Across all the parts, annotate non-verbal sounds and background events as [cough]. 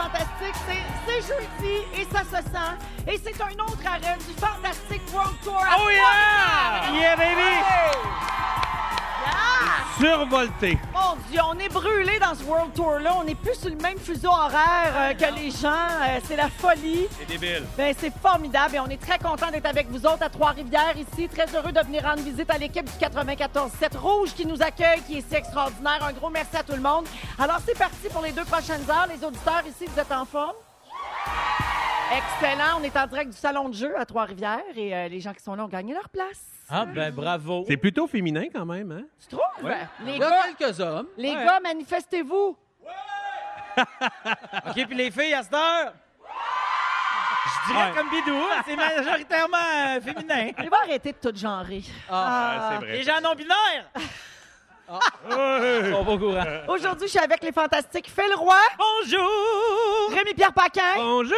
Oh, Fantastique, c'est c'est jeudi et ça se sent. Et c'est un autre arrêt du Fantastic World Tour. à Oh yeah! Trois-Rivières. Yeah, baby! Yeah! Survolté. Mon Dieu, on est brûlé dans ce World Tour-là. On n'est plus sur le même fuseau horaire euh, que les gens. Euh, c'est la folie. C'est débile. Ben, c'est formidable et on est très content d'être avec vous autres à Trois-Rivières ici. Très heureux de venir rendre visite à l'équipe du 94-7 Rouge qui nous accueille, qui est si extraordinaire. Un gros merci à tout le monde. Alors, c'est parti pour les deux prochaines heures. Les auditeurs ici, vous êtes en forme? Excellent. On est en direct du salon de jeu à Trois-Rivières et euh, les gens qui sont là ont gagné leur place. Ah ben bravo. C'est plutôt féminin quand même, hein? Tu trouves? Les Il y gars, a quelques hommes. les gars, manifestez-vous. OK, puis les filles à cette heure. Je dirais Ouais. comme Bidou, hein, c'est majoritairement euh, féminin. On va arrêter de tout genrer. Ah, ben, c'est Ah. Ah. Les gens non binaires [laughs] sont pas Euh. au courant. Aujourd'hui, je suis avec les fantastiques Phil Roy, Bonjour. Rémi-Pierre Paquin, Bonjour!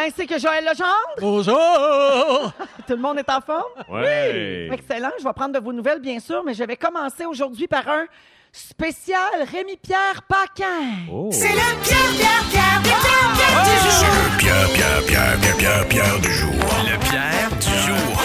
ainsi que Joël Legendre. Bonjour. Tout le monde est en forme? Ouais. Excellent. Je vais prendre de vos nouvelles, bien sûr, mais je vais commencer aujourd'hui par un spécial Rémi-Pierre Paquin. Oh. C'est le Pierre, Pierre, Pierre, le Pierre, Pierre du jour. Ah! Pierre, Pierre, Pierre, Pierre, Pierre, Pierre du jour. Le Pierre du jour.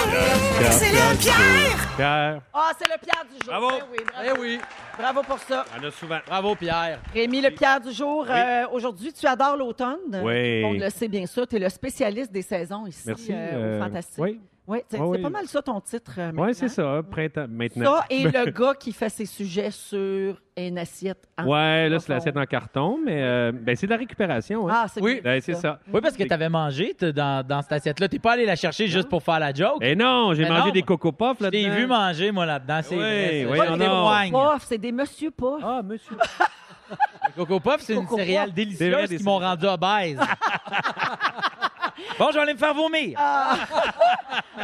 C'est le Pierre. Pierre. Ah, c'est le Pierre du jour. Bravo. Eh oui, bravo. Eh oui. Bravo pour ça. On a souvent. Bravo Pierre. Rémi, le Pierre du jour, euh, aujourd'hui, tu adores l'automne. Oui. On Euh, le sait bien sûr. Tu es le spécialiste des saisons ici Merci. euh, au euh, Fantastique. Oui, Ouais, c'est Ah c'est oui. pas mal ça ton titre. euh, Ouais, maintenant. c'est ça. Printemps, maintenant. Ça [laughs] et le gars qui fait ses sujets sur une assiette en ouais, là, c'est profond. l'assiette en carton, mais euh, ben, c'est de la récupération. Hein. Ah, c'est Oui. bien Ben, c'est ça. Oui, parce que t'avais mangé t'as, dans, dans cette assiette-là. T'es pas allé la chercher juste pour faire la joke. Et Eh non, j'ai Mais mangé non, des Coco Puffs Je là-dedans. t'ai vu manger, moi, là-dedans. C'est Oui, vrai. oui, ça. non, Des non. moignes. Puff, c'est des monsieur Puff. Ah, monsieur. Coco Puff, c'est une Coco céréale Puff. C'est vrai, délicieuse des qui m'ont [laughs] rendu obèse. bon, je vais aller me faire vomir.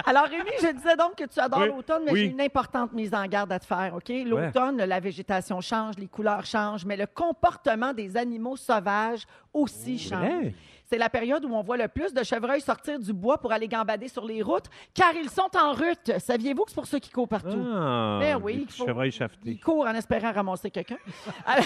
Alors, Rémi, je disais donc que tu adores Oui. l'automne, mais Oui. j'ai une importante mise en garde à te faire, OK? L'automne, la végétation change, les couleurs changent, mais le comportement des animaux sauvages aussi Oh, change. vrai? C'est la période où on voit le plus de chevreuils sortir du bois pour aller gambader sur les routes, car ils sont en route. Saviez-vous que c'est pour ceux qui courent partout? Ah, Ben oui, des il petits faut- chevreuils Ils chafetés. courent en espérant ramasser quelqu'un. Alors,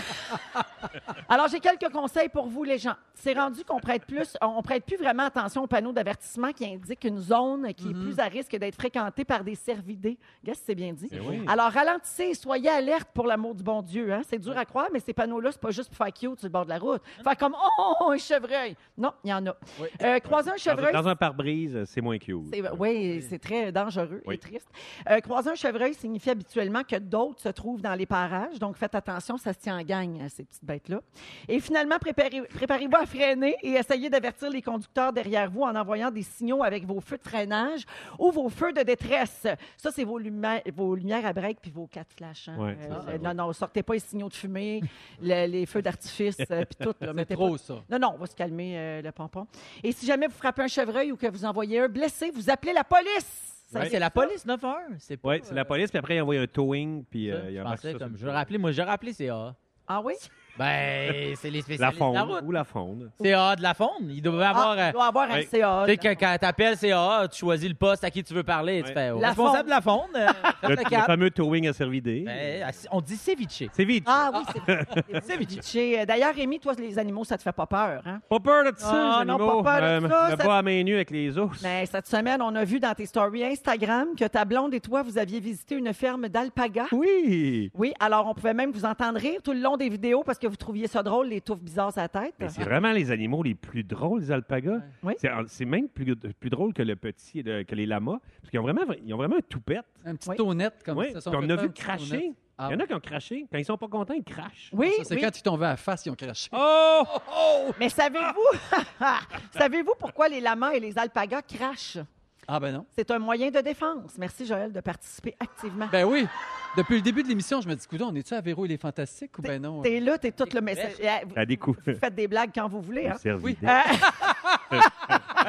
alors, j'ai quelques conseils pour vous, les gens. C'est rendu qu'on prête plus, on prête plus vraiment attention aux panneaux d'avertissement qui indiquent une zone qui est plus à risque d'être fréquentée par des cervidés. Guess c'est bien dit. Ben oui. Alors, ralentissez et soyez alerte pour l'amour du bon Dieu. hein. C'est dur à croire, mais ces panneaux-là, c'est pas juste pour faire cute sur le bord de la route. Faire comme, oh, oh, oh, un chevreuil. Non, il y en a. Euh, croiser un Dans, un- chevreuil, dans un pare-brise, euh, c'est moins cute. c'est- oui, c'est très dangereux et Oui. triste. Euh, croiser un chevreuil signifie habituellement que d'autres se trouvent dans les parages. Donc, faites attention, ça se tient en gang, euh, ces petites bêtes-là. Et finalement, préparez- préparez-vous à freiner et essayez d'avertir les conducteurs derrière vous en envoyant des signaux avec vos feux de freinage ou vos feux de détresse. Ça, c'est vos, lumi- vos lumières à break puis vos quatre flashs. hein. Ouais, Euh, c'est ça, euh, ouais. non, non, sortez pas les signaux de fumée, le- les feux d'artifice, euh, puis tout. là. C'est Mettez trop, pas- ça. non, non, on va se calmer euh, le pompon. Et si jamais vous frappez un chevreuil ou que vous envoyez un blessé, vous appelez la police. Ça, Ouais. C'est la police 9-1. C'est pas, Oui, c'est la police, puis après, il envoie un towing, puis ça. euh, il je embarque pensais ça sur comme. le Je dos. rappelais, moi, je rappelais CA. Ah oui? Ben, c'est les La spécialistes de la faune. route. Ou la faune. CA de la faune. Il devait avoir. Ah, euh, il doit avoir un oui. CA. tu sais, quand, quand t'appelles CA, tu choisis le poste à qui tu veux parler. Tu Ouais. fais. oh, La responsable faune. de la faune. euh, Le, faites le le cap. fameux towing à cervidé. Ben, assi- on dit ceviche. C'est vite. Ah oui, c'est vrai. C'est vite. Bitché. Euh, D'ailleurs, Rémi, toi, les animaux, ça te fait pas peur, hein? Pas peur de Ah, ça, les non, animaux. pas peur de Euh, ça, Ben, me ça- pas à main nue avec les ours. Mais cette semaine, on a vu dans tes stories Instagram que ta blonde et toi, vous aviez visité une ferme d'alpaga. Oui. Oui, alors on pouvait même vous entendre rire tout le long des vidéos parce que vous trouviez ça drôle, les touffes bizarres à la tête. Mais c'est vraiment les animaux les plus drôles, les alpagas. Oui. C'est- C'est même plus, plus drôle que le petit, le- que les lamas, parce qu'ils ont vraiment, ils ont vraiment un toupette. Un petit Oui. tonnette comme Oui. ça. Puis on a vu cracher. cracher. Il y en a qui ont craché. Quand ils sont pas contents, ils crachent. Oui, Ah c'est oui. quand ils tombaient à la face, ils ont craché. Oh! Mais savez-vous, [laughs] savez-vous pourquoi les lamas et les alpagas crachent? Ah ben non. C'est un moyen de défense. Merci, Joël, de participer activement. Ben oui. Depuis le début de l'émission, je me dis, coudon, on est-tu à Véro, il est fantastique ou ben non? T'es là, t'es toute le message. Eh, [laughs] La découverte. hein. Faites des blagues quand vous voulez. hein. Cervidé. Euh,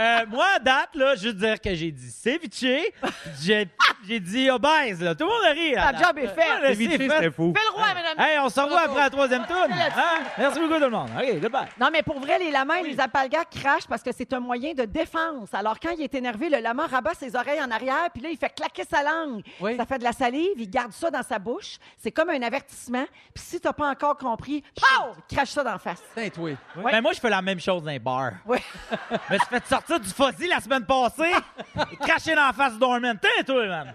Euh, moi, à date, là, juste dire que j'ai dit ceviche, [laughs] j'ai j'ai dit obèse. Là. Tout le monde a ri. La à date. job est faite. Ouais, Ceviche, c'est fait. c'était fou. Fais le roi, mesdames. Hey, on se revoit après la troisième tourne. Hein? Merci beaucoup, tout le monde. OK, goodbye. Non, mais pour vrai, les lamas et les apalgas crachent parce que c'est un moyen de défense. Alors, quand il est énervé, le lama rabat ses oreilles en arrière, puis là, il fait claquer sa langue. Oui. Ça fait de la salive, il garde ça dans sa bouche. C'est comme un avertissement. Puis si t'as pas encore compris, pow! crache ça d'en face. Putain, toi. Ben, moi, je fais la même chose dans les bars. [laughs] Oui. Je me suis fait sortir du fuzzy la semaine passée et cracher dans la face du doorman. T'es toi, man.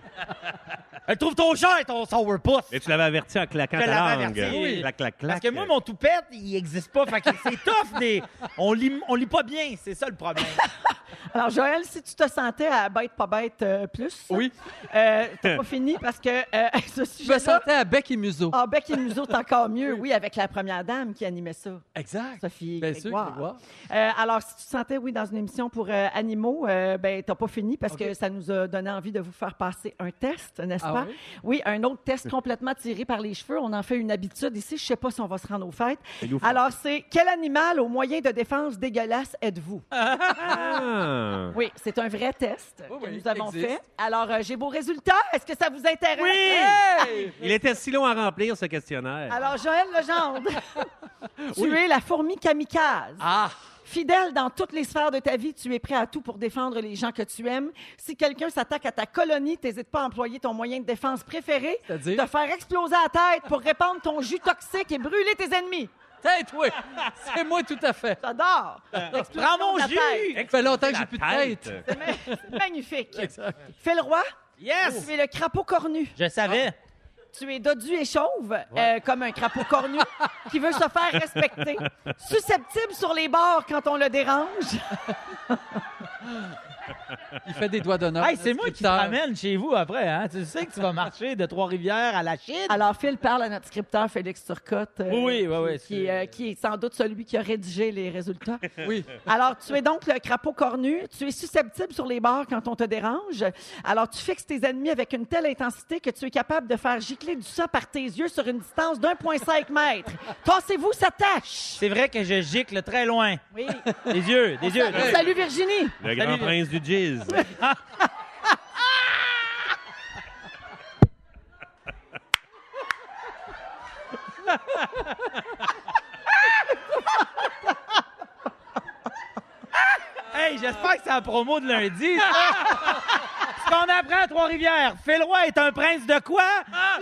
Elle trouve ton chat ton sourpuss. Et tu l'avais averti en claquant Je ta l'avais langue. averti, oui. Clac, clac, clac. Parce que moi, mon toupette, il existe pas. Fait que c'est tough. Des... On, lit, on lit pas bien. C'est ça le problème. Alors, Joël, si tu te sentais à bête, pas bête euh, plus, Oui. euh, t'as pas fini parce que euh, [laughs] ce Je me sujet-là. sentais à bec et museau. Ah, bec et museau, t'es encore mieux. Oui, avec la première dame qui animait ça. Exact. Sophie Bien sûr, Grégoire. Grégoire. Euh, alors, si tu te sentais, oui, dans une émission pour euh, animaux, euh, ben, t'as pas fini parce que ça nous a donné envie de vous faire passer un test, n'est-ce Ah pas? oui? un autre test complètement tiré par les cheveux. On en fait une habitude ici. Je sais pas si on va se rendre aux fêtes. Fais-nous faire. Alors, c'est quel animal au moyen de défense dégueulasse êtes-vous? Ah! Oui, c'est un vrai test Oui, que oui, nous avons existe. fait. Alors, euh, j'ai beau résultat. Est-ce que ça vous intéresse? Hey! Il était si long à remplir ce questionnaire. Alors, Joël [laughs] Legendre, tu es la fourmi kamikaze. Ah! Fidèle dans toutes les sphères de ta vie, tu es prêt à tout pour défendre les gens que tu aimes. Si quelqu'un s'attaque à ta colonie, t'hésites pas à employer ton moyen de défense préféré, C'est-à-dire? de faire exploser la tête pour répandre ton jus toxique et brûler tes ennemis. Tête, oui! C'est moi tout à fait. J'adore. Prends mon La jus! tête. Ça fait longtemps que j'ai plus de tête. C'est [laughs] ma- c'est magnifique. Fais le roi. Yes! Tu es le crapaud cornu. Je savais. Tu es dodu et chauve, euh, comme un crapaud cornu qui veut se [laughs] faire respecter. Susceptible sur les bords quand on le dérange. Il fait des doigts d'honneur. Hey, c'est moi qui te Ah. ramène chez vous après. Hein? Tu sais que tu vas marcher de Trois-Rivières à la Chine. Alors, Phil parle à notre scripteur Félix Turcotte, euh, Oui, oui, oui, qui, qui est, c'est- euh, qui est sans doute celui qui a rédigé les résultats. Oui. Alors, tu es donc le crapaud cornu, tu es susceptible sur les bars quand on te dérange. Alors, tu fixes tes ennemis avec une telle intensité que tu es capable de faire gicler du sang par tes yeux sur une distance d'1,5 mètre. Tassez-vous, ça tâche! C'est vrai que je gicle très loin. Oui. Des yeux, des yeux. Salut, salut, Virginie! Le grand prince du jizz. Hey, j'espère que c'est la promo de lundi. ça. Ce qu'on apprend à Trois-Rivières, Philroy est un prince de quoi?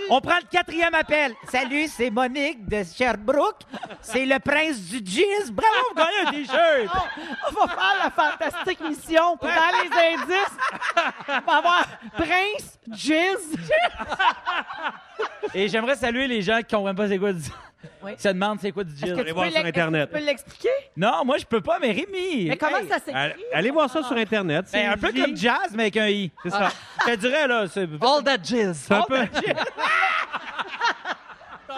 On prend le quatrième appel. Salut, c'est Monique de Sherbrooke. C'est le prince du jeans. Bravo, vous gagnez un T-shirt. On va faire la fantastique mission pour dans les indices. On va avoir Prince, Jizz. Et j'aimerais saluer les gens qui comprennent pas c'est quoi du... Oui. Qui se demandent c'est quoi du jeans. Allez voir peux sur l'ex- Internet. Tu peux l'expliquer? Non, moi, je peux pas, mais Rémi. Mais comment hey. ça Allez- s'écrit? Allez voir ça sur Internet. C'est Ben, un peu J- comme jazz, mais avec un i. C'est ça. Je te dirais, là, c'est... All that jizz. C'est un peu C'est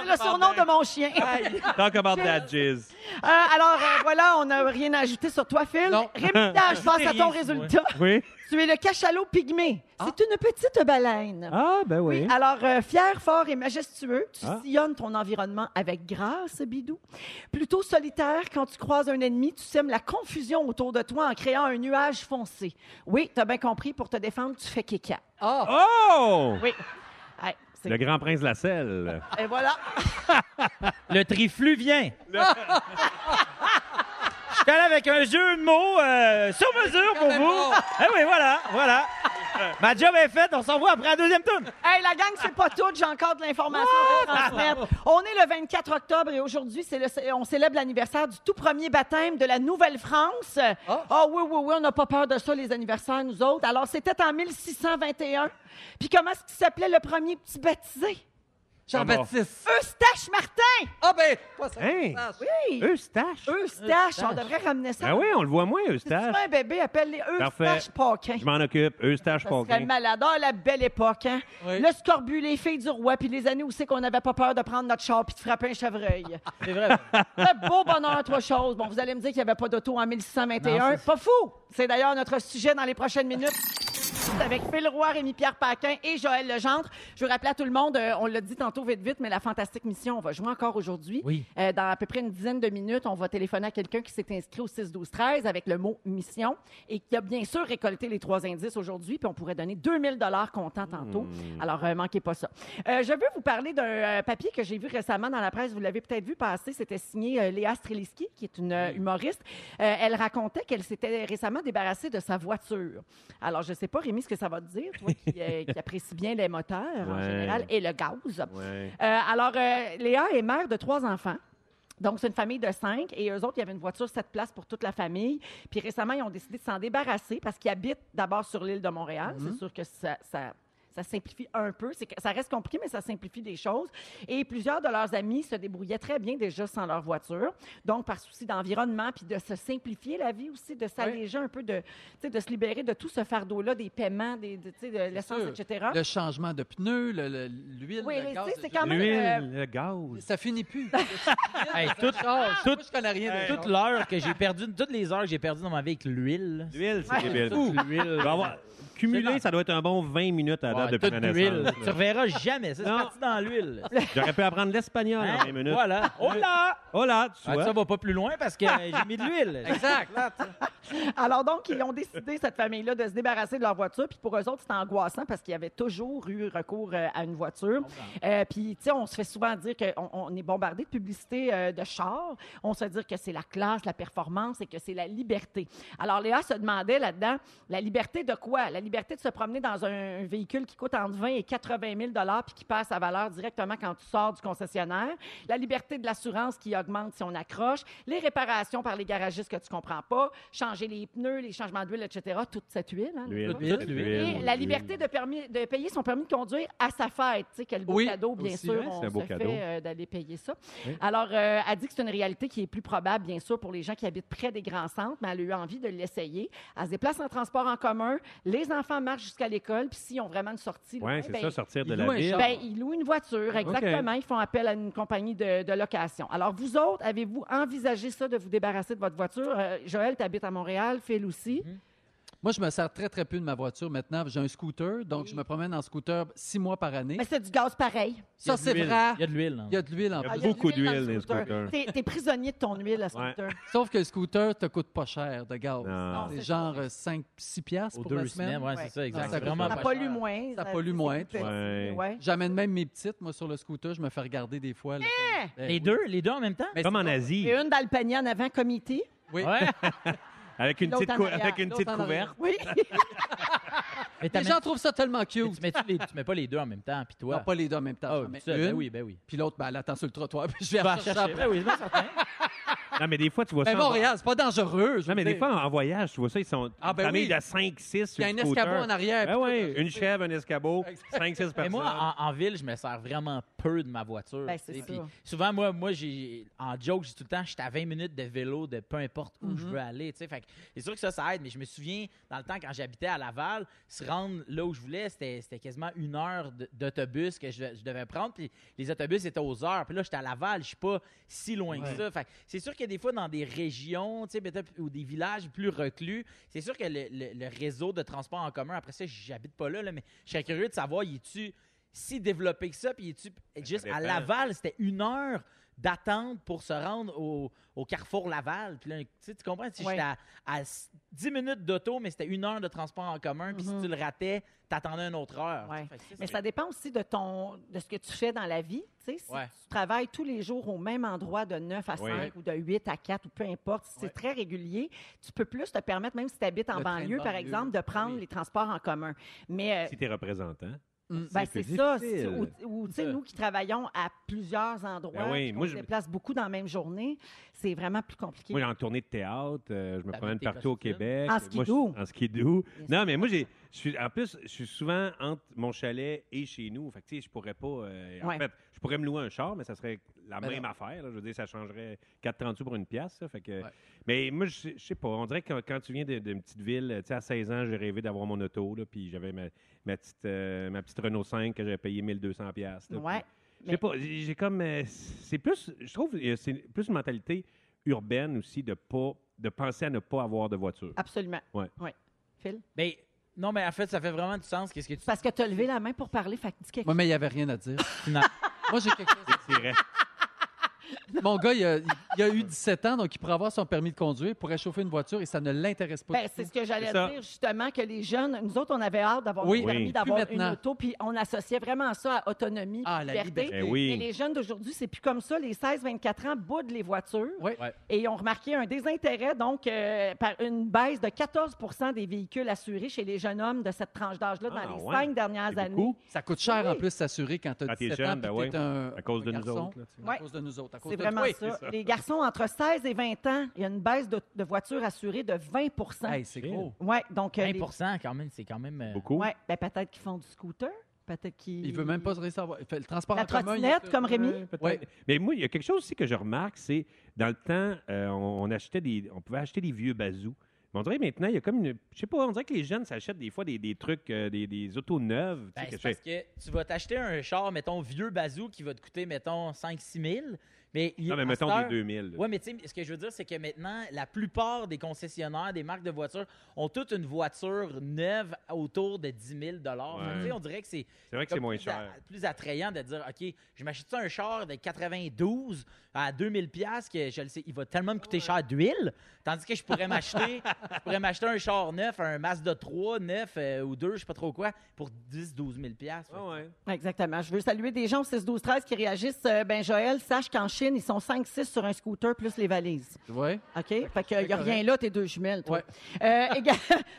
le surnom de mon chien. [laughs] Talk about that jizz. Euh, alors, euh, voilà, on n'a rien à ajouter sur toi, Phil. Non. Rémitage, passe à rien ton sur moi. résultat. Oui. Tu es le cachalot pygmée. C'est une petite baleine. Ah, ben oui. Alors, euh, fier, fort et majestueux, tu Ah. sillonnes ton environnement avec grâce, Bidou. Plutôt solitaire, quand tu croises un ennemi, tu sèmes la confusion autour de toi en créant un nuage foncé. Oui, t'as bien compris, pour te défendre, tu fais kéka. Ah! Oh! Oui. Ouais, c'est- Le grand prince de la selle. Et voilà. Le trifluvien. [laughs] Je suis allé avec un jeu de mots euh, sur mesure pour même bon. vous. Eh oui, voilà, voilà. Ma job est faite, on s'envoie après la deuxième tourne. Hey, la gang, c'est pas tout. J'ai encore de l'information à transmettre. On est le 24 octobre et aujourd'hui, c'est le- on célèbre l'anniversaire du tout premier baptême de la Nouvelle-France. Ah oui, oui, oui, on n'a pas peur de ça, les anniversaires, nous autres. Alors, c'était en 1621. Puis comment est-ce qu'il s'appelait le premier petit baptisé? Jean-Baptiste. Eustache Martin! Ah, ben, pas ça. Hein? Oui! Eustache. Eustache, on devrait ramener ça. Ah oui, on le voit moins, Si tu veux Eustache. un bébé, appelle-les Eustache Parfait. Paquin. Je m'en occupe. Eustache Ça serait Ponquin. malade. Ah, la belle époque, hein? Oui. Le scorbut, les filles du roi, puis les années où c'est qu'on n'avait pas peur de prendre notre char puis de frapper un chevreuil. [laughs] C'est vrai. Un beau bonheur, trois choses. Bon, vous allez me dire qu'il n'y avait pas d'auto en 1621. Non, c'est- pas fou! C'est d'ailleurs notre sujet dans les prochaines minutes. Avec Phil Roy, Rémi-Pierre Paquin et Joël Legendre. Je veux rappeler à tout le monde, euh, on l'a dit tantôt vite vite, mais la fantastique mission, on va jouer encore aujourd'hui. Oui. Euh, dans à peu près une dizaine de minutes, on va téléphoner à quelqu'un qui s'est inscrit au 6-12-13 avec le mot mission et qui a bien sûr récolté les trois indices aujourd'hui, puis on pourrait donner 2000 dollars comptant tantôt. Hmm. Alors, euh, manquez pas ça. Euh, je veux vous parler d'un euh, papier que j'ai vu récemment dans la presse. Vous l'avez peut-être vu passer. C'était signé euh, Léa Streliski, qui est une euh, humoriste. Euh, elle racontait qu'elle s'était récemment débarrassée de sa voiture. Alors, je sais pas, Rémi, ce que ça va te dire, toi qui, euh, [laughs] qui apprécie bien les moteurs en Ouais. général et le gaz. Ouais. Euh, alors, euh, Léa est mère de trois enfants. Donc, c'est une famille de cinq. Et eux autres, il y avait une voiture sept places pour toute la famille. Puis récemment, ils ont décidé de s'en débarrasser parce qu'ils habitent d'abord sur l'île de Montréal. Mhm. C'est sûr que ça... ça ça simplifie un peu. C'est que- Ça reste compliqué, mais ça simplifie des choses. Et plusieurs de leurs amis se débrouillaient très bien déjà sans leur voiture. Donc, par souci d'environnement, puis de se simplifier la vie aussi, de s'alléger un peu, de, tu sais, de se libérer de tout ce fardeau-là, des paiements, des, de, tu sais, de l'essence, sûr. etc. Le changement de pneus, le- le- l'huile, Oui, le mais gaz, tu sais, c'est le- quand même... euh, L'huile, le gaz. Ça finit plus. Hey, toute Ah, tout- moi, je connais rien. des toute choses. l'heure que j'ai perdu, toutes les heures que j'ai perdu dans ma vie avec l'huile. L'huile, c'est débile. Toute l'huile. On va avoir- Cumulé, C'est ça doit être un bon 20 minutes à Ouais, date depuis toute ma l'huile. naissance. Tu là. reverras jamais. Ça, c'est Non. parti dans l'huile. J'aurais pu apprendre l'espagnol en Hein? 20 minutes. Voilà. Oh là! Oh là, tu Ah, vois. ça va pas plus loin parce que euh, j'ai mis de l'huile. [laughs] Exact. Alors donc, ils ont décidé, cette famille-là, de se débarrasser de leur voiture. Puis pour eux autres, c'était angoissant parce qu'il y avait toujours eu recours euh, à une voiture. Euh, puis, tu sais, on se fait souvent dire qu'on on est bombardé de publicités euh, de chars. On se fait dire que c'est la classe, la performance et que c'est la liberté. Alors Léa se demandait là-dedans, la liberté de quoi? La liberté de se promener dans un, un véhicule qui coûte entre 20 et 80 000 puis qui passe à valeur directement quand tu sors du concessionnaire. La liberté de l'assurance qui augmente si on accroche. Les réparations par les garagistes que tu comprends pas. Changer les pneus, les changements d'huile, etc. Toute cette huile. hein, L'huile, là-bas. L'huile, toute l'huile. Et la l'huile. liberté de, permis- de payer son permis de conduire à sa fête. Tu sais, quel beau Oui, cadeau, bien aussi, sûr, hein, on c'est un beau se cadeau. fait euh, d'aller payer ça. Alors, euh, elle dit que c'est une réalité qui est plus probable, bien sûr, pour les gens qui habitent près des grands centres, mais elle a eu envie de l'essayer. Elle se déplace en transport en commun, les enfants marchent jusqu'à l'école, puis s'ils ont vraiment une sortie, loin, Ouais, c'est ben, ça, sortir de il la loue un ville. char. ben, ils louent une voiture, exactement. Ils font appel à une compagnie de, de location. Alors, vous autres, avez-vous envisagé ça, de vous débarrasser de votre voiture? Euh, Joël, tu habites à Montréal, Phil aussi. Moi, je me sers très, très peu de ma voiture maintenant. J'ai un scooter, donc je me promène en scooter six mois par année. Mais c'est du gaz pareil. ça, c'est Il y vrai. a de l'huile. hein. Il y a de l'huile en Il y a Ah, plus. il y a beaucoup de l'huile dans d'huile, le les scooter. scooters. T'es, t'es prisonnier de ton huile, la scooter. Sauf que le scooter te coûte pas cher de gaz. Non. C'est genre 5-6 piastres Aux pour deux la semaines, semaine. ouais, c'est ça, exact. ça C'est coûte vraiment pas Ça pas cher. pollue moins. Ça pollue moins. c'est- Ouais. ouais. J'amène même mes petites, moi, sur le scooter. Je me fais regarder des fois. là. Ben Les oui. deux, les deux en même temps? Mais Comme c'est en pas- Asie, Et une dans le panier en avant, comité. Oui. [laughs] Ouais. avec une l'autre petite, en cou- arrière, avec une l'autre petite en couverte. arrière. Oui. Mais Les t'amènes- gens trouvent ça tellement mais cute. tu, mets -tu, les, tu mets pas les deux en même temps, puis toi? Non, pas les deux en même temps. Ah, J'en mets oui, ça, ben une, Ah, oui, ben oui. Puis l'autre, ben, elle attend sur le trottoir. [laughs] Puis je vais Bah, la chercher chercher. après. Ben oui, c'est [laughs] certain. Non, mais des fois, tu vois Mais ça. en- Montréal, c'est pas dangereux. je Non, mais veux des dire. fois, en voyage, tu vois ça, ils sont Ah, ben une famille oui. de 5, 6. Il y a un escabeau en arrière. Ben puis oui, tout, une chèvre, un escabeau, 5, 6 Mais personnes. moi, en, en ville, je me sers vraiment peu de ma voiture. Ben, c'est tu sais, ça. puis Souvent, moi, moi j'ai en joke, j'ai tout le temps, je suis à 20 minutes de vélo de peu importe Mm-hmm. où je veux aller. tu sais. Fait que c'est sûr que ça, ça aide, mais je me souviens, dans le temps, quand j'habitais à Laval, se rendre là où je voulais, c'était c'était quasiment une heure de- d'autobus que je, je devais prendre. Puis les autobus étaient aux heures. Puis là, j'étais à Laval, je suis pas si loin que ça. Fait que c'est sûr que des fois, dans des régions, tu sais, peut-être, ou des villages plus reclus, c'est sûr que le, le- le réseau de transport en commun, après ça, j'habite pas là, là, mais je serais curieux de savoir, y est-tu si développé que ça, puis est-tu juste à dépend. Laval, c'était une heure d'attente pour se rendre au, au carrefour Laval. Puis là, tu sais, tu comprends? Si Ouais. j'étais à, à s- 10 minutes d'auto, mais c'était une heure de transport en commun, puis si tu le ratais, t'attendais une autre heure. Mhm. Ouais. Fait que c'est- [laughs] Mais ça dépend aussi de ton de ce que tu fais dans la vie. Tu sais, si Ouais. tu travailles tous les jours au même endroit de 9 à 5 Ouais. ou de 8 à 4 ou peu importe, si c'est très régulier, tu peux plus te permettre, même si tu habites en Le train de banlieue, par banlieue. exemple, de prendre Oui. les transports en commun. Mais euh, Si t'es représentant. Mm. ben, c'est c'est plus ça. difficile. c'est- Ou, ou, tu sais, nous qui travaillons à plusieurs endroits, Ben oui, puis qu'on moi, se je- déplace beaucoup dans la même journée, c'est vraiment plus compliqué. Moi, j'ai en tournée de théâtre, euh, je me T'avais promène tes partout au costumes. Québec. En Moi, skidoo. je- En skidoo. Non, mais moi, j'ai, je suis, en plus, je suis souvent entre mon chalet et chez nous. Fait que, tu sais, je pourrais pas. euh, En Ouais. fait, je pourrais me louer un char, mais ça serait la Ben même non. affaire. là. Je veux dire, ça changerait 4,30 sous pour une pièce. ça. Fait que, Ouais. Mais moi, je sais- je sais pas. On dirait que quand tu viens de- d'une petite ville, tu sais, à 16 ans, j'ai rêvé d'avoir mon auto, là, puis j'avais ma, ma petite, euh, ma petite Renault 5 que j'avais payé 1200 pièces. Ouais. Je sais pas, j'ai j'ai comme. euh, C'est plus. Je trouve euh, c'est plus une mentalité Ah urbaine aussi de pas de penser à ne pas avoir de voiture. Absolument. Ouais. Phil? Ben, Non, mais en fait, ça fait vraiment du sens. Qu'est-ce que tu Parce que tu as levé la main pour parler, fait que dis quelque Moi, mais il n'y avait rien [laughs] à dire. Non. Moi, j'ai quelque chose. C'est vrai. Mon gars, il a, il a eu 17 ans, donc il pourrait avoir son permis de conduire, il pourrait chauffer une voiture et ça ne l'intéresse pas. Ben, du tout. c'est ce que j'allais C'est ça. dire, justement, que les jeunes, nous autres, on avait hâte d'avoir Oui. un permis, Oui. d'avoir Plus une maintenant. auto, puis on associait vraiment ça à autonomie, Ah, la liberté. liberté. Eh oui. Mais les jeunes d'aujourd'hui, c'est plus comme ça. Les 16-24 ans boudent les voitures Ouais. et ils ont remarqué un désintérêt, donc, euh, par une baisse de 14 des véhicules assurés chez les jeunes hommes de cette tranche d'âge-là dans Ah, les ouais. cinq dernières C'est années. beaucoup. Ça coûte cher Oui. en plus s'assurer quand tu as Quand t'es 17 ans jeune, puis ben oui. t'es un À cause de un nous garçon. autres, là, tu sais. À Ouais. cause de nous autres. à cause C'est de vraiment toi. ça. Les garçons entre 16 et 20 ans, il y a une baisse de, de voitures assurées de 20 Hey, c'est gros. Oui, donc. euh, les- 20 quand même, c'est quand même. euh, Beaucoup. Ouais, ben, peut-être qu'ils font du scooter. Peut-être qu'ils. Il veut même pas se savoir. Il fait le transport La en commun. il- trottinette, comme Rémi. Ouais, peut-être. Ouais. Mais moi, il y a quelque chose aussi que je remarque, c'est dans le temps, euh, on, on achetait des, on pouvait acheter des vieux bazous. Mais on dirait maintenant, il y a comme une, je sais pas, on dirait que les jeunes s'achètent des fois des, des trucs, euh, des, des autos neuves. tu ben, sais, c'est que parce je fais, que tu vas t'acheter un char, mettons, vieux bazou qui va te coûter, mettons, 5-6 000. Mais il- Non, mais à mettons cette des heure- 2000. là. Oui, mais tu sais, ce que je veux dire, c'est que maintenant, la plupart des concessionnaires, des marques de voitures, ont toutes une voiture neuve autour de 10 000 Fait que, tu sais, On dirait que c'est C'est vrai que c'est comme moins plus, a- cher. plus attrayant de dire, OK, je m'achète ça un char de 92 à 2000 pièces que je le sais, il va tellement me coûter cher d'huile, tandis que je pourrais m'acheter [laughs] je pourrais m'acheter un char neuf, un Mazda 3 neuf euh, ou 2, je sais pas trop quoi, pour 10 12 000 pièces. Ah ouais. Exactement. Je veux saluer des gens au 6, 12, 13 qui réagissent. Euh, Ben, Joël, sache qu'en Chine, ils sont 5-6 sur un scooter plus les valises. Ouais. OK? Fait qu'il n'y a rien là, tes deux jumelles, toi. Ouais. Euh, [laughs] éga-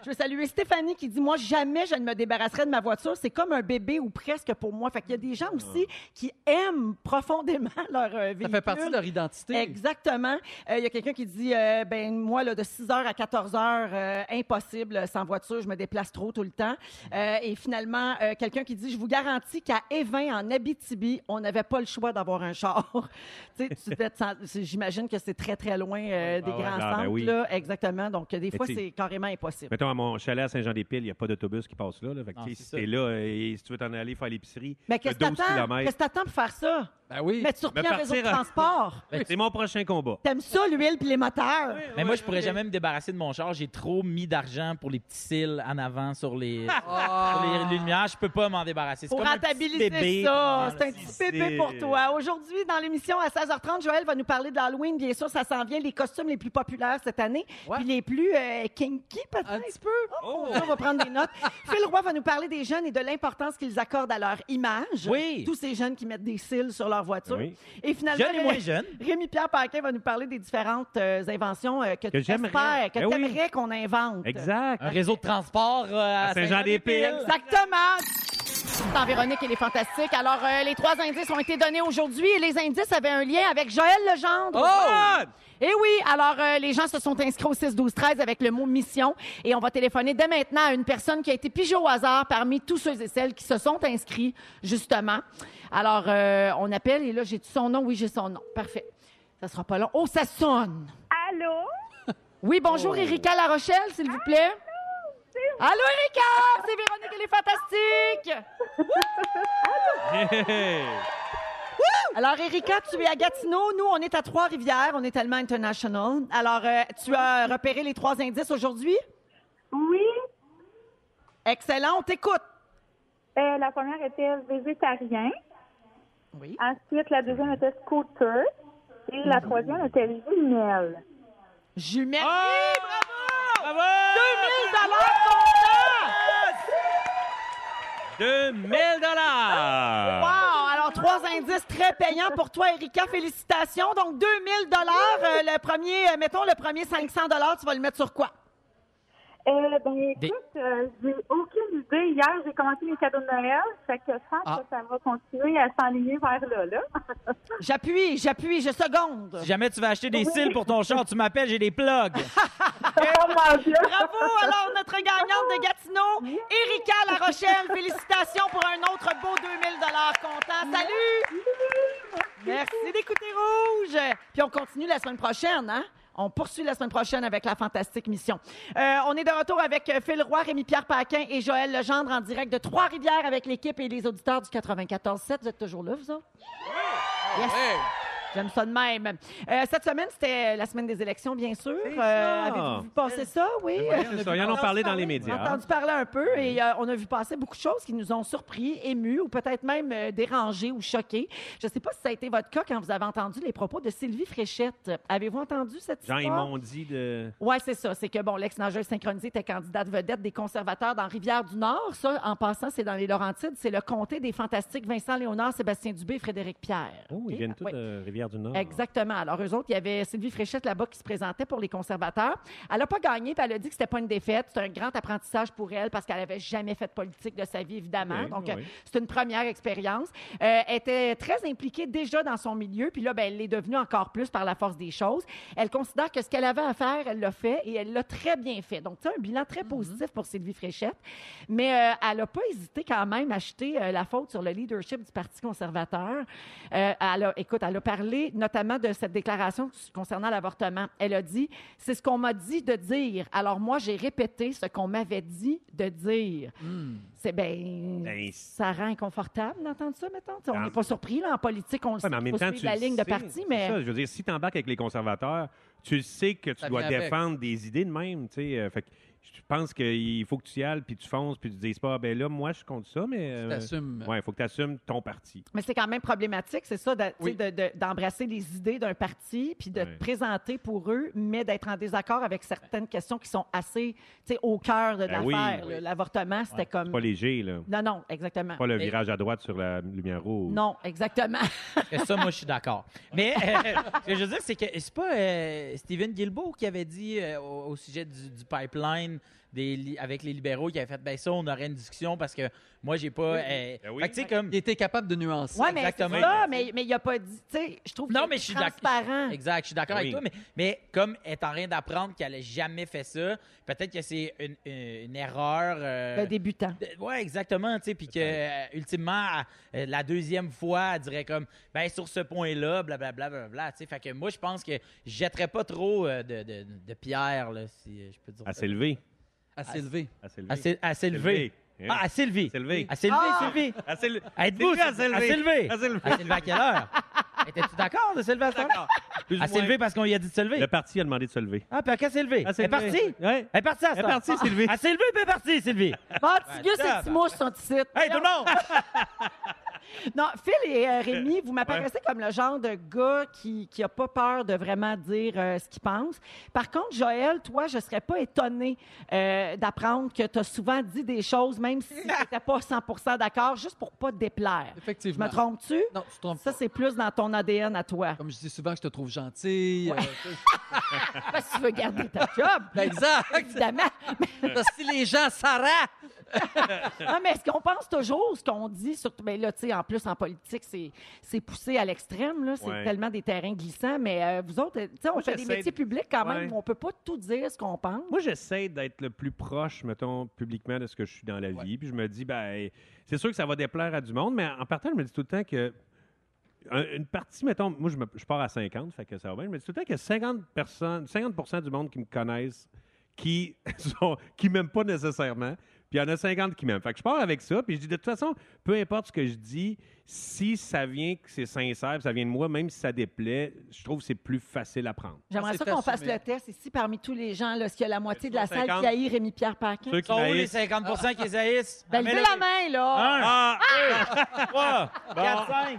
je veux saluer Stéphanie qui dit Moi, jamais je ne me débarrasserai de ma voiture. C'est comme un bébé ou presque pour moi. Fait qu'il y a des gens aussi qui aiment profondément [laughs] leur euh, véhicule. Ah. Ça fait partie de leur identité. Exactement. Euh, Il y a quelqu'un qui dit euh, ben moi là de 6h à 14h impossible euh, sans voiture, je me déplace trop tout le temps. Euh, et finalement euh, quelqu'un qui dit je vous garantis qu'à Évin en Abitibi, on n'avait pas le choix d'avoir un char. [laughs] Tu sais, tu devais te sen- c'est- j'imagine que c'est très très loin euh, des Ah ouais. grands Ah, ben centres oui. là, exactement. Donc des fois tu sais- c'est carrément impossible. Mettons, à mon chalet à Saint-Jean-des-Piles, il n'y a pas d'autobus qui passe là. là. Fait que, Non, tu sais, c'est si ça. t'es là euh, et si tu veux t'en aller faire l'épicerie, Mais t'as qu'est-ce que 12 t'attends Qu'est-ce km. que t'attends pour faire ça Ben oui. Mais tu reprends Mais un réseau de partir à- transport. C'est mon prochain combat. T'aimes ça l'huile puis les moteurs Mais moi, je pourrais jamais me débarrasser de mon char. J'ai trop mis d'argent pour les petits cils en avant sur [laughs] les, Ah, sur les lumières. Je peux pas m'en débarrasser. C'est Pour comme un petit rentabiliser bébé. Ah, ça, c'est un c'est- petit bébé pour toi. Aujourd'hui, dans l'émission à 16h30, Joël va nous parler de l'Halloween. Bien sûr, ça s'en vient, les costumes les plus populaires cette année, Ouais. puis les plus euh, kinky peut-être. Un petit peu. Oh, On va prendre des notes. Phil Roy va nous parler des jeunes et de l'importance qu'ils accordent à leur image. Oui. Tous ces jeunes qui mettent des cils sur leur voiture. Oui. Et finalement, Jeune et moins jeune. Rémi-Pierre Paquin va nous parler des différentes euh, inventions euh, que, Que tu j'aimerais. espères, que Ben oui. tu aimerais qu'on invente. Exact. Un réseau de transport euh, à, Saint-Jean-des-Piles. Exactement. Dans Véronique et les Fantastiques. Alors, euh, les trois indices ont été donnés aujourd'hui et les indices avaient un lien avec Joël Legendre. Ah! Et oui, alors euh, les gens se sont inscrits au 6 12 13 avec le mot mission et on va téléphoner dès maintenant à une personne qui a été pigée au hasard parmi tous ceux et celles qui se sont inscrits justement. Alors euh, on appelle et là j'ai son nom, oui, j'ai son nom. Parfait. Ça sera pas long. Oh, ça sonne. Allô? Oui, bonjour Erika La Rochelle, s'il vous plaît. Oh. Allô Erika, c'est Véronique elle est fantastique. Hey! Alors Erika, tu es à Gatineau, nous on est à Trois-Rivières, on est tellement international. Alors euh, tu as repéré les trois indices aujourd'hui Oui, Excellent, on t'écoute. euh, la première était végétarien. Oui. Ensuite, la deuxième était scooter. Et la troisième était jumelle. Jumelle. Oui, bravo! Bravo! 2000 comptant! 2000 Ah. dollars. Wow! Alors, trois indices très payants pour toi, Erika. Félicitations. Donc, 2000 dollars. le premier, euh, mettons, le premier 500 dollars, tu vas le mettre sur quoi? Euh, ben, écoute, euh, j'ai aucune idée. Hier, j'ai commencé mes cadeaux de Noël. Fait que je pense Ah. que ça va continuer à s'enligner vers là, là. J'appuie, j'appuie, je seconde. Si jamais tu vas acheter des cils pour ton char, tu m'appelles, j'ai des plugs. oh mon Dieu! Bravo! Alors, notre gagnante de Gatineau, Erika La Rochelle. Félicitations pour un autre beau 2000 dollars comptant. Salut! Merci d'écouter Rouge. Puis on continue la semaine prochaine, hein? On poursuit la semaine prochaine avec la fantastique mission. Euh, on est de retour avec euh, Phil Roy, Rémi-Pierre Paquin et Joël Legendre en direct de Trois-Rivières avec l'équipe et les auditeurs du 94-7. Vous êtes toujours là, vous autres? Yes. J'aime ça de même. Euh, cette semaine, c'était la semaine des élections, bien sûr. Euh, ça. Avez-vous vu passer ça? Oui. C'est ça, Ils en ont parlé dans les On a médias. entendu parler un peu et euh, on a vu passer beaucoup de choses qui nous ont surpris, émus ou peut-être même euh, dérangés ou choqués. Je ne sais pas si ça a été votre cas quand vous avez entendu les propos de Sylvie Fréchette. Avez-vous entendu cette Genre, ils histoire? m'ont dit de. Oui, c'est ça. C'est que, bon, l'ex-nageuse synchronisée était candidate vedette des conservateurs dans Rivière-du-Nord. Ça, en passant, c'est dans les Laurentides. C'est le comté des fantastiques Vincent Léonard, Sébastien Dubé et Frédéric Pierre. Oh, ils OK? viennent tous Ouais. de Rivière-du-Nord. Exactement. Alors, eux autres, il y avait Sylvie Fréchette là-bas qui se présentait pour les conservateurs. Elle n'a pas gagné, puis elle a dit que c'était pas une défaite. C'est un grand apprentissage pour elle parce qu'elle n'avait jamais fait de politique de sa vie, évidemment. Ok, Donc, oui. euh, c'est une première expérience. Euh, elle était très impliquée déjà dans son milieu, puis là, ben, elle l'est devenue encore plus par la force des choses. Elle considère que ce qu'elle avait à faire, elle l'a fait et elle l'a très bien fait. Donc, tu sais, un bilan très positif pour Sylvie Fréchette. Mais euh, elle n'a pas hésité quand même à jeter euh, la faute sur le leadership du Parti conservateur. Euh, elle a- écoute, elle a parlé notamment de cette déclaration concernant l'avortement. Elle a dit C'est ce qu'on m'a dit de dire. Alors, moi, j'ai répété ce qu'on m'avait dit de dire. C'est ben, Ben, ça rend inconfortable d'entendre ça, mettons. T'sais, On En- n'est pas surpris, là, en politique, on le Ouais, sait. mais en qu'il même faut temps, suivre tu la le ligne de sais, parti, c'est mais. ça, je veux dire, si tu embarques avec les conservateurs, tu le sais que tu Ça dois vient avec. défendre des idées de même. Tu sais, euh, fait que je pense qu'il faut que tu y ailles, puis tu fonces, puis tu dises pas, ben là, moi, je compte ça, mais. euh, t'assumes. Ouais, il faut que tu assumes ton parti. Mais c'est quand même problématique, c'est ça, de- Oui. tu sais, de- de- d'embrasser les idées d'un parti, puis de Ouais. te présenter pour eux, mais d'être en désaccord avec certaines questions qui sont assez tu sais, au cœur de Ben oui, l'affaire. oui. là. L'avortement, c'était comme... C'est pas léger, là. Non, non, exactement. Pas le Mais- virage à droite sur la lumière rouge. Non, [laughs] exactement. Et ça, moi, je suis d'accord. Mais euh, ce que je veux dire, c'est que c'est pas euh, Stephen Guilbeault qui avait dit euh, au, au sujet du, du pipeline des li- avec les libéraux qui avait fait ben ça, on aurait une discussion parce que moi, j'ai pas. euh, Ben oui. fait que tu sais, comme. Il était capable de nuancer. Oui, mais c'est exactement. ça, mais, mais il n'a pas dit... Tu sais, je trouve Non, que mais je c'est suis d'accord. transparent. Exact, je suis d'accord Ben Oui. avec toi, mais, mais comme elle est en train d'apprendre qu'elle n'a jamais fait ça, peut-être que c'est une, une- une erreur. euh, Le débutant. de- Ouais, exactement, tu sais, puis que euh, ultimement à- euh, la deuxième fois, elle dirait comme ben sur ce point-là, blablabla, blablabla, tu sais, fait que moi je pense que je jetterais pas trop euh, de, de, de pierre là, si euh, je peux dire. À ça. s'élever. À s'élever. À s'élever. À Syl- à Sylvie. Sylvie. Ah, à Sylvie. Sylvie. À Sylvie, Ah! Sylvie. À s'élever. À Êtes-vous à Sylvie? s'élever. À Sylvie. À s'élever. À Sylvie à [laughs] quelle heure? Étais-tu d'accord de Sylvie à cette heure? Plus ou À moins. s'élever parce qu'on lui a dit de se lever. Le parti a demandé de se lever. Ah, puis à s'élever. À Elle est s'élever. partie. Ouais. Elle est partie à Elle est partie, Sylvie. À s'élever, puis elle est partie, Sylvie. Vantigus ben, et Timouche sont ici. Hey, tout le monde! Non, Phil et euh, Rémi, vous m'apparaissez comme le genre de gars qui qui a pas peur de vraiment dire euh, ce qu'il pense. Par contre, Joël, toi, je serais pas étonnée euh, d'apprendre que tu as souvent dit des choses, même [laughs] si tu n'étais pas 100 d'accord, juste pour pas te déplaire. Je Effectivement. me trompe-tu? Non, tu te trompes Ça, pas. c'est plus dans ton ADN à [laughs] toi. Comme je dis souvent, je te trouve gentil. euh, Parce que tu veux garder ta job, [laughs] ben, exact. évidemment. Mais- [laughs] Parce que si les gens s'arrêtent. Non, Ah, mais est-ce qu'on pense toujours ce qu'on dit, surtout, ben là, tu sais, en plus, en politique, c'est, c'est poussé à l'extrême, là. C'est Ouais. tellement des terrains glissants, mais euh, vous autres, euh, tu sais, on Moi, fait des j'essaie métiers de- publics quand même Ouais. où on peut pas tout dire ce qu'on pense. Moi, j'essaie d'être le plus proche, mettons, publiquement de ce que je suis dans la vie. Puis je me dis, ben, c'est sûr que ça va déplaire à du monde, mais en partant, je me dis tout le temps que. un- Une partie, mettons, moi, je, me- je pars à 50, fait que ça va bien. Je me dis tout le temps que 50, personnes, 50 du monde qui me connaissent, qui [laughs] sont, qui m'aiment pas nécessairement, puis il y en a 50 qui m'aiment. Fait que je pars avec ça, puis je dis, de toute façon, peu importe ce que je dis, si ça vient que c'est sincère, puis ça vient de moi, même si ça déplaît, je trouve que c'est plus facile à prendre. J'aimerais c'est ça qu'on fasse assumé. le test ici parmi tous les gens, là, s'il y a la moitié de la salle 50. qui haït Rémi Pierre Paquin. Ceux qui Sont où les m'haïssent- 50 qui les haïssent? Ben, levez la main, là! Ah! Un, Bon. Ah! quatre, cinq.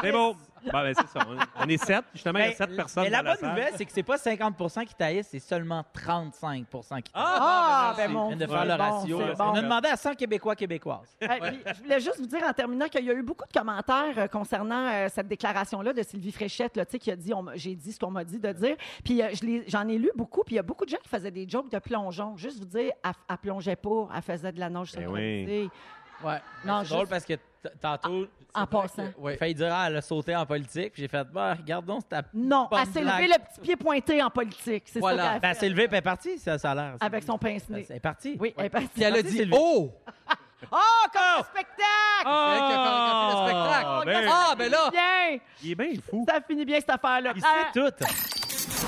C'est bon. Bon, ben, c'est ça. On- On est sept. Justement, il y a Ben, sept personnes. Mais la dans la bonne salle. nouvelle, c'est que c'est pas 50 qui taillissent, c'est seulement 35 qui taillissent. Ah, ben, On mon vient de Dieu, faire le bon, ratio. c'est là. bon. On a demandé à 100 Québécois, Québécoises. Euh, puis, je voulais juste vous dire en terminant qu'il y a eu beaucoup de commentaires euh, concernant euh, cette déclaration-là de Sylvie Fréchette, là, tu sais, qui a dit on m'a- j'ai dit ce qu'on m'a dit de dire. Puis euh, je l'ai- j'en ai lu beaucoup, puis il y a beaucoup de gens qui faisaient des jokes de plongeon. Juste vous dire, elle, elle plongeait pas, elle faisait de la nage Ben synchronisée. Ouais. Non, C'est drôle juste parce que t- tantôt, en passant. j'ai failli dire, ah, elle a sauté en politique. Puis j'ai fait, bah, regarde donc, c'est ta. Non, bonne elle s'est blague. levée le petit pied pointé en politique. C'est Voilà. Bah, ça qu'elle Ben, a elle fait. s'est levée, puis elle est partie, ça, ça a l'air. Avec son pince-nez. Elle est partie. Oui, elle est partie. Puis elle a Merci, dit Sylvie. Oh! Oh, comme un spectacle! C'est elle qui a chorégraphié le Ah, spectacle. ben, Ah, ben là! Bien! il est bien fou. Ça finit bien cette affaire-là. Il Ah, sait tout.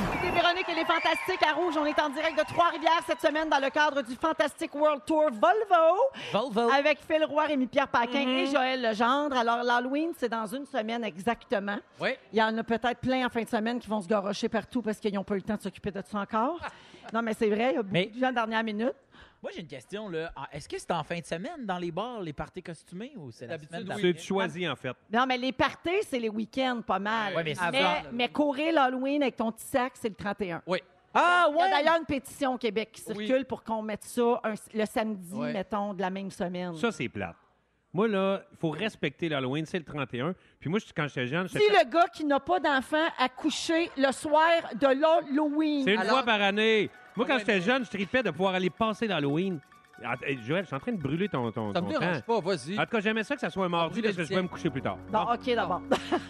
Écoutez, Véronique et les Fantastiques à Rouge. On est en direct de Trois-Rivières cette semaine dans le cadre du Fantastic World Tour Volvo. Oh. Volvo. Avec Phil Roy, Rémi-Pierre Paquin et Joël Legendre. Alors, l'Halloween, c'est dans une semaine exactement. Oui. Il y en a peut-être plein en fin de semaine qui vont se garocher partout parce qu'ils n'ont pas eu le temps de s'occuper de ça encore. Non, mais c'est vrai, il y a beaucoup Mais- de gens de dernière minute. Moi, j'ai une question, là. Ah, Est-ce que c'est en fin de semaine dans les bars, les parties costumées ou c'est la D'habitude, semaine oui. C'est choisi, en fait. Non, mais les parties, c'est les week-ends, pas mal. Ouais, mais c'est mais, ça. mais courir l'Halloween avec ton petit sac, c'est le 31. Oui. Ah, Il y a ouais! d'ailleurs une pétition au Québec qui Oui. circule pour qu'on mette ça un- le samedi, Ouais. mettons, de la même semaine. Ça, c'est plate. Moi, là, il faut respecter l'Halloween, c'est le 31. Puis moi, je- quand j'étais jeune, Si j'étais- le gars qui n'a pas d'enfant a couché le soir de c'est l'Halloween, une Alors- fois par année. Moi, quand Ouais, j'étais mais- jeune, je tripais de pouvoir aller passer l'Halloween. Ah, hey, Joël, je suis en train de brûler ton, ton, Ça me ton dérange temps. pas, vas-y. En tout cas, j'aimais ça que ça soit un mardi brûler parce que le je pouvais tien. me coucher plus tard. Bon, OK, d'abord. [laughs]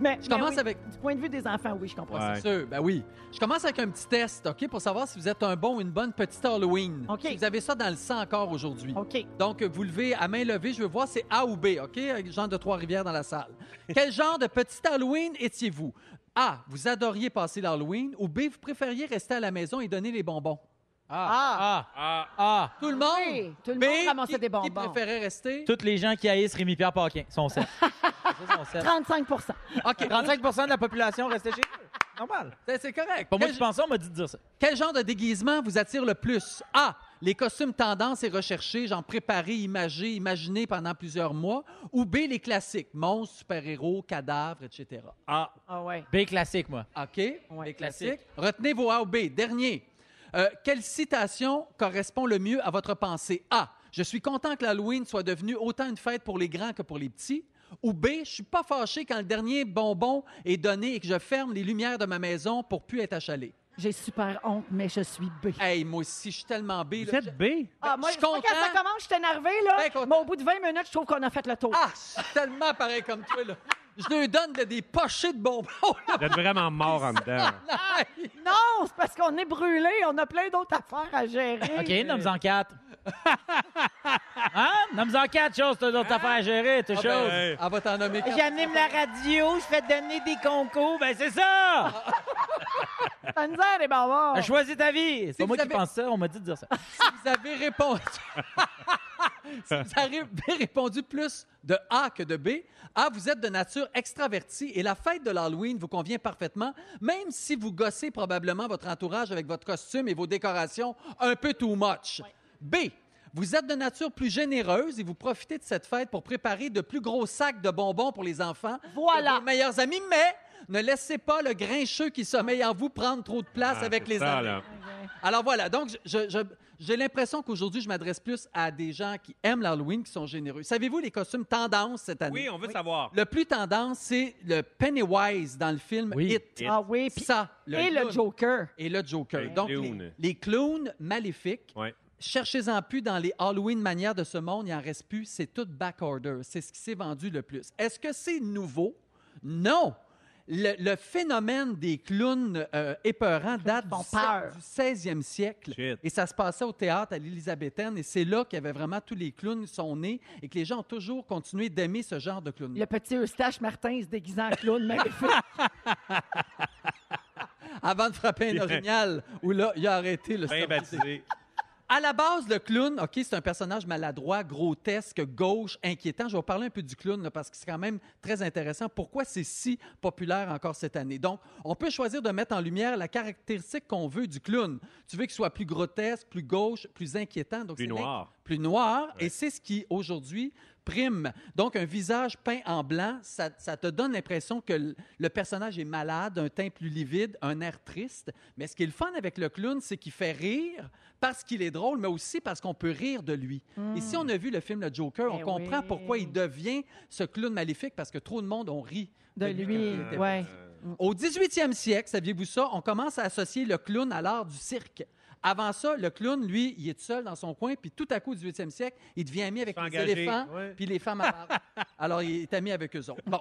mais, Je mais commence oui, avec. Du point de vue des enfants, oui, je comprends Ouais. ça. C'est sûr, ben oui. Je commence avec un petit test, OK, pour savoir si vous êtes un bon ou une bonne petite Halloween. OK. Si vous avez ça dans le sang encore aujourd'hui. OK. Donc, vous levez à main levée, je veux voir c'est A ou B, OK? Jean de Trois-Rivières dans la [laughs] salle. Quel genre de petit Halloween étiez-vous? A, vous adoriez passer l'Halloween ou B, vous préfériez rester à la maison et donner les bonbons? Ah! Ah! Ah! Tout le monde? Oui, tout le B, monde ramassait qui- des bonbons. Qui préférait rester? Toutes les gens qui haïssent Rémi-Pierre Paquin sont [laughs] sept. Ils sont sept. 35 OK, 35 de la population restait chez eux. Normal. c'est- c'est correct. Pas moi Quel- qui pense ça, on m'a dit de dire ça. Quel genre de déguisement vous attire le plus? A. Les costumes tendance et recherchés, genre préparés, imagés, imaginés pendant plusieurs mois. Ou B. Les classiques, monstres, super-héros, cadavres, etc. Ah, Ah ouais. B classique, moi. OK? les classiques. Retenez vos A ou B. Dernier. Euh, quelle citation correspond le mieux à votre pensée? A. Je suis content que l'Halloween soit devenu autant une fête pour les grands que pour les petits. Ou B. Je suis pas fâché quand le dernier bonbon est donné et que je ferme les lumières de ma maison pour plus être achalé. J'ai super honte, mais je suis B. Hey, moi aussi, je suis tellement B. vous là. êtes B? Ah, moi, Ah, je je suis quand ça content. commence, je suis énervée, là. Ben content. mais au bout de 20 minutes, je trouve qu'on a fait le tour. Ah, je suis tellement pareil comme toi, là. Je lui donne de- des pochées de bonbons, là. Vous êtes vraiment mort en dedans. Non, c'est parce qu'on est brûlé, on a plein d'autres affaires à gérer. OK, nomme-en [laughs] quatre. hein? Nomme-en quatre choses, t'as d'autres affaires à gérer, t'es Ah, chose. ben, Elle va t'en nommer quatre. J'anime la radio, je fais donner des concours, ben c'est ça! Ah, La misère est bavard. Choisis ta vie! C'est Si pas moi vous qui avez- pense ça, on m'a dit de dire ça. Si vous avez répondu... [laughs] si vous avez répondu plus de A que de B, A, vous êtes de nature extravertie et la fête de l'Halloween vous convient parfaitement, même si vous gossez probablement votre entourage avec votre costume et vos décorations un peu too much. B, vous êtes de nature plus généreuse et vous profitez de cette fête pour préparer de plus gros sacs de bonbons pour les enfants Voilà. de vos meilleurs amis, mais ne laissez pas le grincheux qui sommeille en vous prendre trop de place Ah, avec c'est les ça, amis. là. Alors voilà, donc je- je- j'ai l'impression qu'aujourd'hui, je m'adresse plus à des gens qui aiment l'Halloween, qui sont généreux. Savez-vous les costumes tendance cette année? Oui, on veut savoir. Le plus tendance, c'est le Pennywise dans le film Oui. It. Ah oui, puis Ça, et le clown. Joker. Et le Joker. Ben, Les donc, clowns. Les, les clowns maléfiques, Ouais. cherchez-en plus dans les Halloween manières de ce monde, il en reste plus, c'est tout backorder. C'est ce qui s'est vendu le plus. Est-ce que c'est nouveau? Non! Le, le phénomène des clowns euh, épeurants date du, font se- peur. du 16e siècle. Shit. Et ça se passait au théâtre à l'Élisabéthaine. Et c'est là qu'il y avait vraiment tous les clowns qui sont nés et que les gens ont toujours continué d'aimer ce genre de clown. Le petit Eustache Martin se déguisant en clown [laughs] magnifique. Avant de frapper un orignal, où là, il a arrêté le Bien stop. baptisé. À la base, le clown, OK, c'est un personnage maladroit, grotesque, gauche, inquiétant. Je vais vous parler un peu du clown là, parce que c'est quand même très intéressant. Pourquoi c'est si populaire encore cette année? Donc, on peut choisir de mettre en lumière la caractéristique qu'on veut du clown. Tu veux qu'il soit plus grotesque, plus gauche, plus inquiétant. Donc, Plus c'est l'in- noir. Plus noir. Et c'est ce qui, aujourd'hui, prime. Donc, un visage peint en blanc, ça, ça te donne l'impression que l- le personnage est malade, un teint plus livide, un air triste. Mais ce qui est le fun avec le clown, c'est qu'il fait rire parce qu'il est drôle, mais aussi parce qu'on peut rire de lui. Et si on a vu le film Le Joker, Eh on comprend oui. pourquoi il devient ce clown maléfique, parce que trop de monde ont ri De lui, Euh, quand il était Euh, ouais. au 18e siècle, saviez-vous ça, on commence à associer le clown à l'art du cirque. Avant ça, le clown, lui, il est tout seul dans son coin, puis tout à coup, au 18e siècle, il devient ami avec Il les s'est engagé, éléphants, ouais. puis les femmes à barbe. Alors, il est ami avec eux autres. Bon.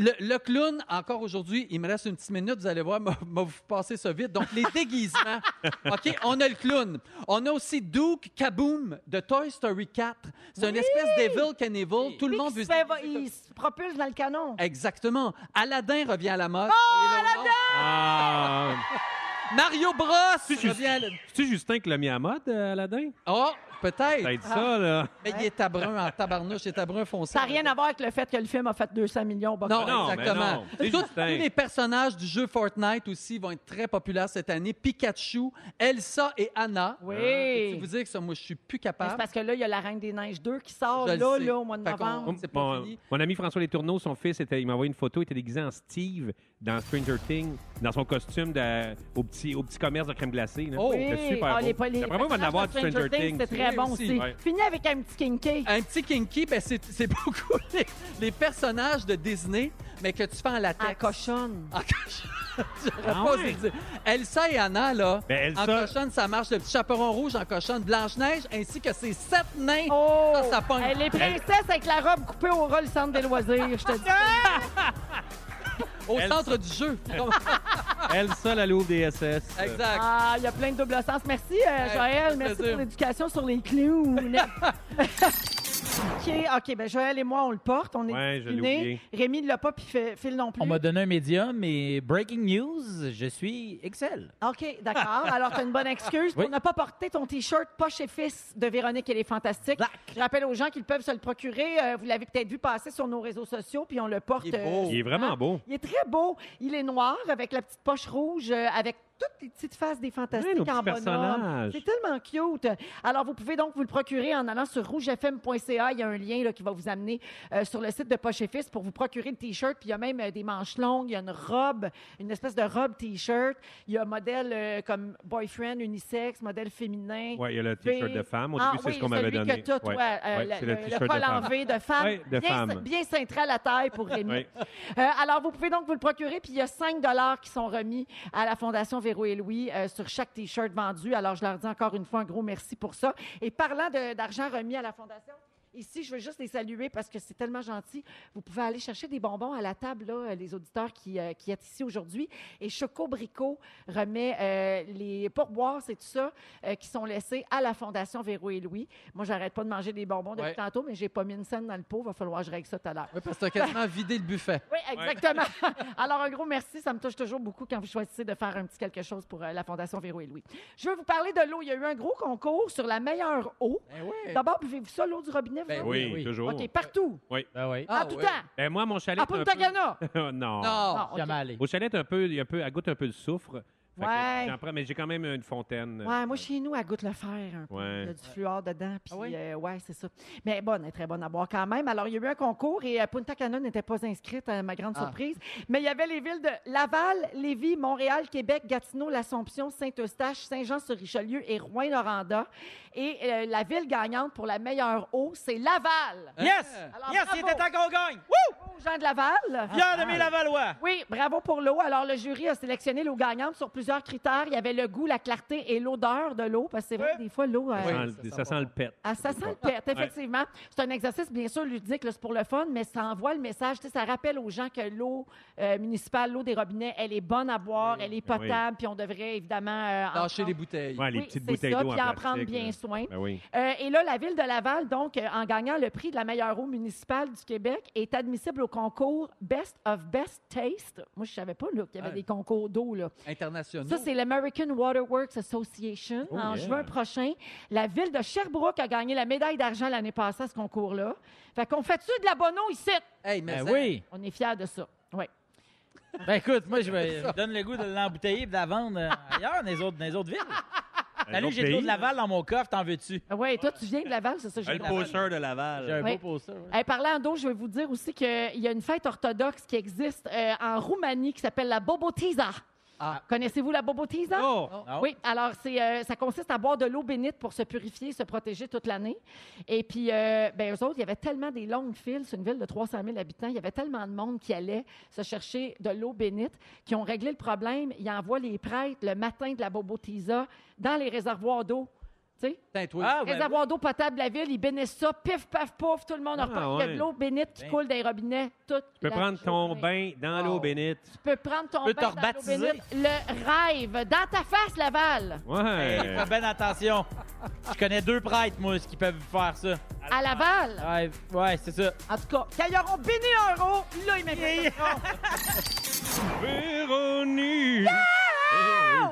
Le, le clown, encore aujourd'hui, il me reste une petite minute, vous allez voir, m'a m'a vous passer ça vite. Donc, les déguisements. OK, on a le clown. On a aussi Duke Kaboom de Toy Story 4. C'est une espèce d'Evil Cannibal. Tout le Lui monde qui veut se fait va- il se propulse dans le canon. Exactement. Aladdin revient à la mode. Oh, Voyez-le au nom. Ah, Mario Bros tu- revient à la... C'est-tu Justin qui l'a mis à mode, euh, Aladdin? Oh, peut-être. T'as dit Ah. ça, là? Mais il est tabrun en tabarnouche, il est tabrun foncé. Ça n'a rien à voir avec le fait que le film a fait 200 millions. au box Non, Ah, Mais non, mais exactement. non, c'est Tous- Justin. tous les personnages du jeu Fortnite aussi vont être très populaires cette année. Pikachu, Elsa et Anna. Oui. Euh, Et tu vous dire que ça, moi, je suis plus Mais C'est capable. parce que là, il y a La Reine des Neiges 2 qui sort Je le là, sais. là, au mois de Fait qu'on- novembre. C'est pas Mon, fini. mon ami François Les Tourneaux, son fils, était, il m'a envoyé une photo, il était déguisé en Steve dans Stranger Things, dans son costume de- au, petit, au petit commerce de crème glacée. Là. Oh, C'était Oui. super Ah, beau. les, les D'après moi, il va en personnages avoir de du Stranger Things. C'était très Oui, bon aussi. aussi. Ouais. Fini avec un petit kinky. Un petit kinky, ben c'est c'est [laughs] beaucoup les, les personnages de Disney, mais que tu fais en latex. En Ah, cochonne. En cochon. [laughs] J'aurais Ah pas ouais. osé dire. Elsa et Anna, là, Ben, en Elsa- cochonne, ça marche. Le petit chaperon rouge en cochonne. Blanche-Neige, ainsi que ses sept nains. Oh! Ça, ça pogne. Hey, les princesses avec la robe coupée au rôle centre des loisirs, je te dis. Au Elsa- centre [laughs] du jeu. Elsa, la louve des SS. exact. Ah, il y a plein de double sens. Merci, euh, Joël. Hey, ça fait Merci plaisir. pour l'éducation sur les clowns. [laughs] OK, OK, ben Joël et moi, on le porte. On est Ouais, je l'ai disciplinés. oublié. Rémi ne l'a pas, puis Phil Phil non plus. On m'a donné un médium, mais breaking news, je suis Excel. OK, d'accord. Alors, tu as une bonne excuse pour Oui. ne pas porter ton T-shirt Poche et Fils de Véronique et les Fantastiques. Black. Je rappelle aux gens qu'ils peuvent se le procurer. Euh, vous l'avez peut-être vu passer sur nos réseaux sociaux, puis on le porte. Il est euh, beau. Il est vraiment beau. Il est très beau. Il est noir avec la petite poche rouge, euh, avec toutes les petites faces des fantastiques Ouais, nos en petits bonhomme. personnages. C'est tellement cute. Alors, vous pouvez donc vous le procurer en allant sur rougefm.ca. Il y a un lien là, qui va vous amener euh, sur le site de Poche et Fils pour vous procurer le T-shirt. Puis il y a même euh, des manches longues. Il y a une robe, une espèce de robe T-shirt. Il y a modèle euh, comme boyfriend, unisex, modèle féminin. Ouais, il y a le T-shirt de femme. Au Ah début, c'est oui, ce qu'on m'avait celui donné. que t'as, toi, Ouais. euh, Ouais, le, c'est le- le le T-shirt de col femme. en V de femme, Ouais, de bien, femme. bien cintré à la [laughs] taille pour Rémi. Ouais. Euh, alors, vous pouvez donc vous le procurer, puis il y a 5 qui sont remis à la Fondation Véro et Louis euh, sur chaque T-shirt vendu. Alors, je leur dis encore une fois un gros merci pour ça. Et parlant de- d'argent remis à la Fondation, Ici, je veux juste les saluer parce que c'est tellement gentil. Vous pouvez aller chercher des bonbons à la table, là, euh, les auditeurs qui, euh, qui êtes ici aujourd'hui. Et Choco Brico remet euh, les pourboires, c'est tout ça, euh, qui sont laissés à la Fondation Véro et Louis. Moi, j'arrête pas de manger des bonbons depuis Ouais. tantôt, mais j'ai pas mis une scène dans le pot. Va falloir que je règle ça tout à l'heure. Oui, parce que t'as quasiment vidé le buffet. Oui, exactement. [laughs] Alors, un gros merci. Ça me touche toujours beaucoup quand vous choisissez de faire un petit quelque chose pour euh, la Fondation Véro et Louis. Je veux vous parler de l'eau. Il y a eu un gros concours sur la meilleure eau. Ben oui. D'abord, buvez-vous ça, l'eau du robinet? vous Ben autres? Oui, Oui, oui. toujours. OK, partout. Ben oui. à tout Ah, ouais. temps. Ben, moi, mon chalet. À est un Punta peu- Ah, Cana. [laughs] non. Non. Bon, OK. Jamais allé. Au chalet, t'as un peu, il y a un peu, elle goûte un peu de soufre. Fait que Ouais. j'en prends, mais j'ai quand même une fontaine. Ouais, moi, chez nous, elle goûte le fer un peu. Ouais. Il y a du fluor dedans. Puis, Ah oui? euh, ouais, c'est ça. Mais bonne, elle est très bonne à boire quand même. Alors, il y a eu un concours et euh, Punta Cana n'était pas inscrite, à ma grande Ah. surprise. Mais il y avait les villes de Laval, Lévis, Montréal, Québec, Gatineau, L'Assomption, Saint-Eustache, Saint-Jean-sur-Richelieu et Rouen-Noranda. Et euh, la ville gagnante pour la meilleure eau, c'est Laval. Yes! Alors, yes, bravo. il était temps qu'on gagne! Wouh! Aux gens de Ah. Laval. Fier de mes Lavalois! Oui, bravo pour l'eau. Alors, le jury a sélectionné l'eau gagnante sur plusieurs critères. Il y avait le goût, la clarté et l'odeur de l'eau, parce que c'est vrai que des fois, l'eau, euh, Ça sent Oui, le- ça sent ça, pas sent le bon. pet. ah, ça sent le pet, effectivement. C'est un exercice, bien sûr, ludique, là, c'est pour le fun, mais ça envoie le message. Tu sais, ça rappelle aux gens que l'eau euh, municipale, l'eau des robinets, elle est bonne à boire, elle est ben oui. potable, puis on devrait évidemment. euh, en Lâcher prendre- les bouteilles. Ouais, les Oui, petites c'est bouteilles ça, d'eau en puis en plastique, prendre bien là. soin. Ben oui. Euh, et là, la ville de Laval, donc, euh, en gagnant le prix de la meilleure eau municipale du Québec, est admissible au concours Best of Best Taste. Moi, je savais pas là, qu'il y avait Ouais. des concours d'eau. là. Internationaux. Ça, c'est l'American Waterworks Association. en Oh, yeah. juin prochain, la ville de Sherbrooke a gagné la médaille d'argent l'année passée à ce concours-là. Fait qu'on fait-tu de la bonne eau ici? Hey, mais Ben ça- oui! On est fiers de ça. Oui. Ben écoute, moi, je me je me donne le goût de l'embouteiller et de la vendre euh, ailleurs, dans les autres, dans les autres villes. Salut, autre j'ai trop pays. de Laval dans mon coffre, t'en veux-tu? Oui, Ah toi, tu viens de Laval, c'est ça? je viens de Laval. de J'ai un Laval. Oui. beau pour ça. ouais. Hey, parlant d'eau, je vais vous dire aussi qu'il y a une fête orthodoxe qui existe euh, en Roumanie qui s'appelle la Bobotiza. Ah. Connaissez-vous la Bobotiza? Oh! Non? Oui, alors c'est, euh, ça consiste à boire de l'eau bénite pour se purifier, se protéger toute l'année. Et puis, euh, ben, eux autres, il y avait tellement des longues files, c'est une ville de 300 000 habitants, il y avait tellement de monde qui allait se chercher de l'eau bénite, qui ont réglé le problème. Ils envoient les prêtres le matin de la Bobotisa dans les réservoirs d'eau Tu sais? Teinte-toi. Ah, ben Réservoir d'eau potable de la ville, ils bénissent ça, pif, paf, pouf, tout le monde Ah, reprend. Il y a ouais. de l'eau bénite qui Ben. coule des robinets. Toute Tu peux prendre ton bain dans l'eau Oh. Wow. bénite. Tu peux prendre ton Tu peux bain te dans l'eau rebaptiser. bénite. Le rêve, dans ta face, Laval. Ouais. Hey, fais bien attention. Je connais deux prêtres, moi, qui peuvent faire ça. À Laval. Ouais, ouais c'est ça. En tout cas, quand ils auront béni un euro, là, ils m'inquiètent. Véronique. Ah! Yeah!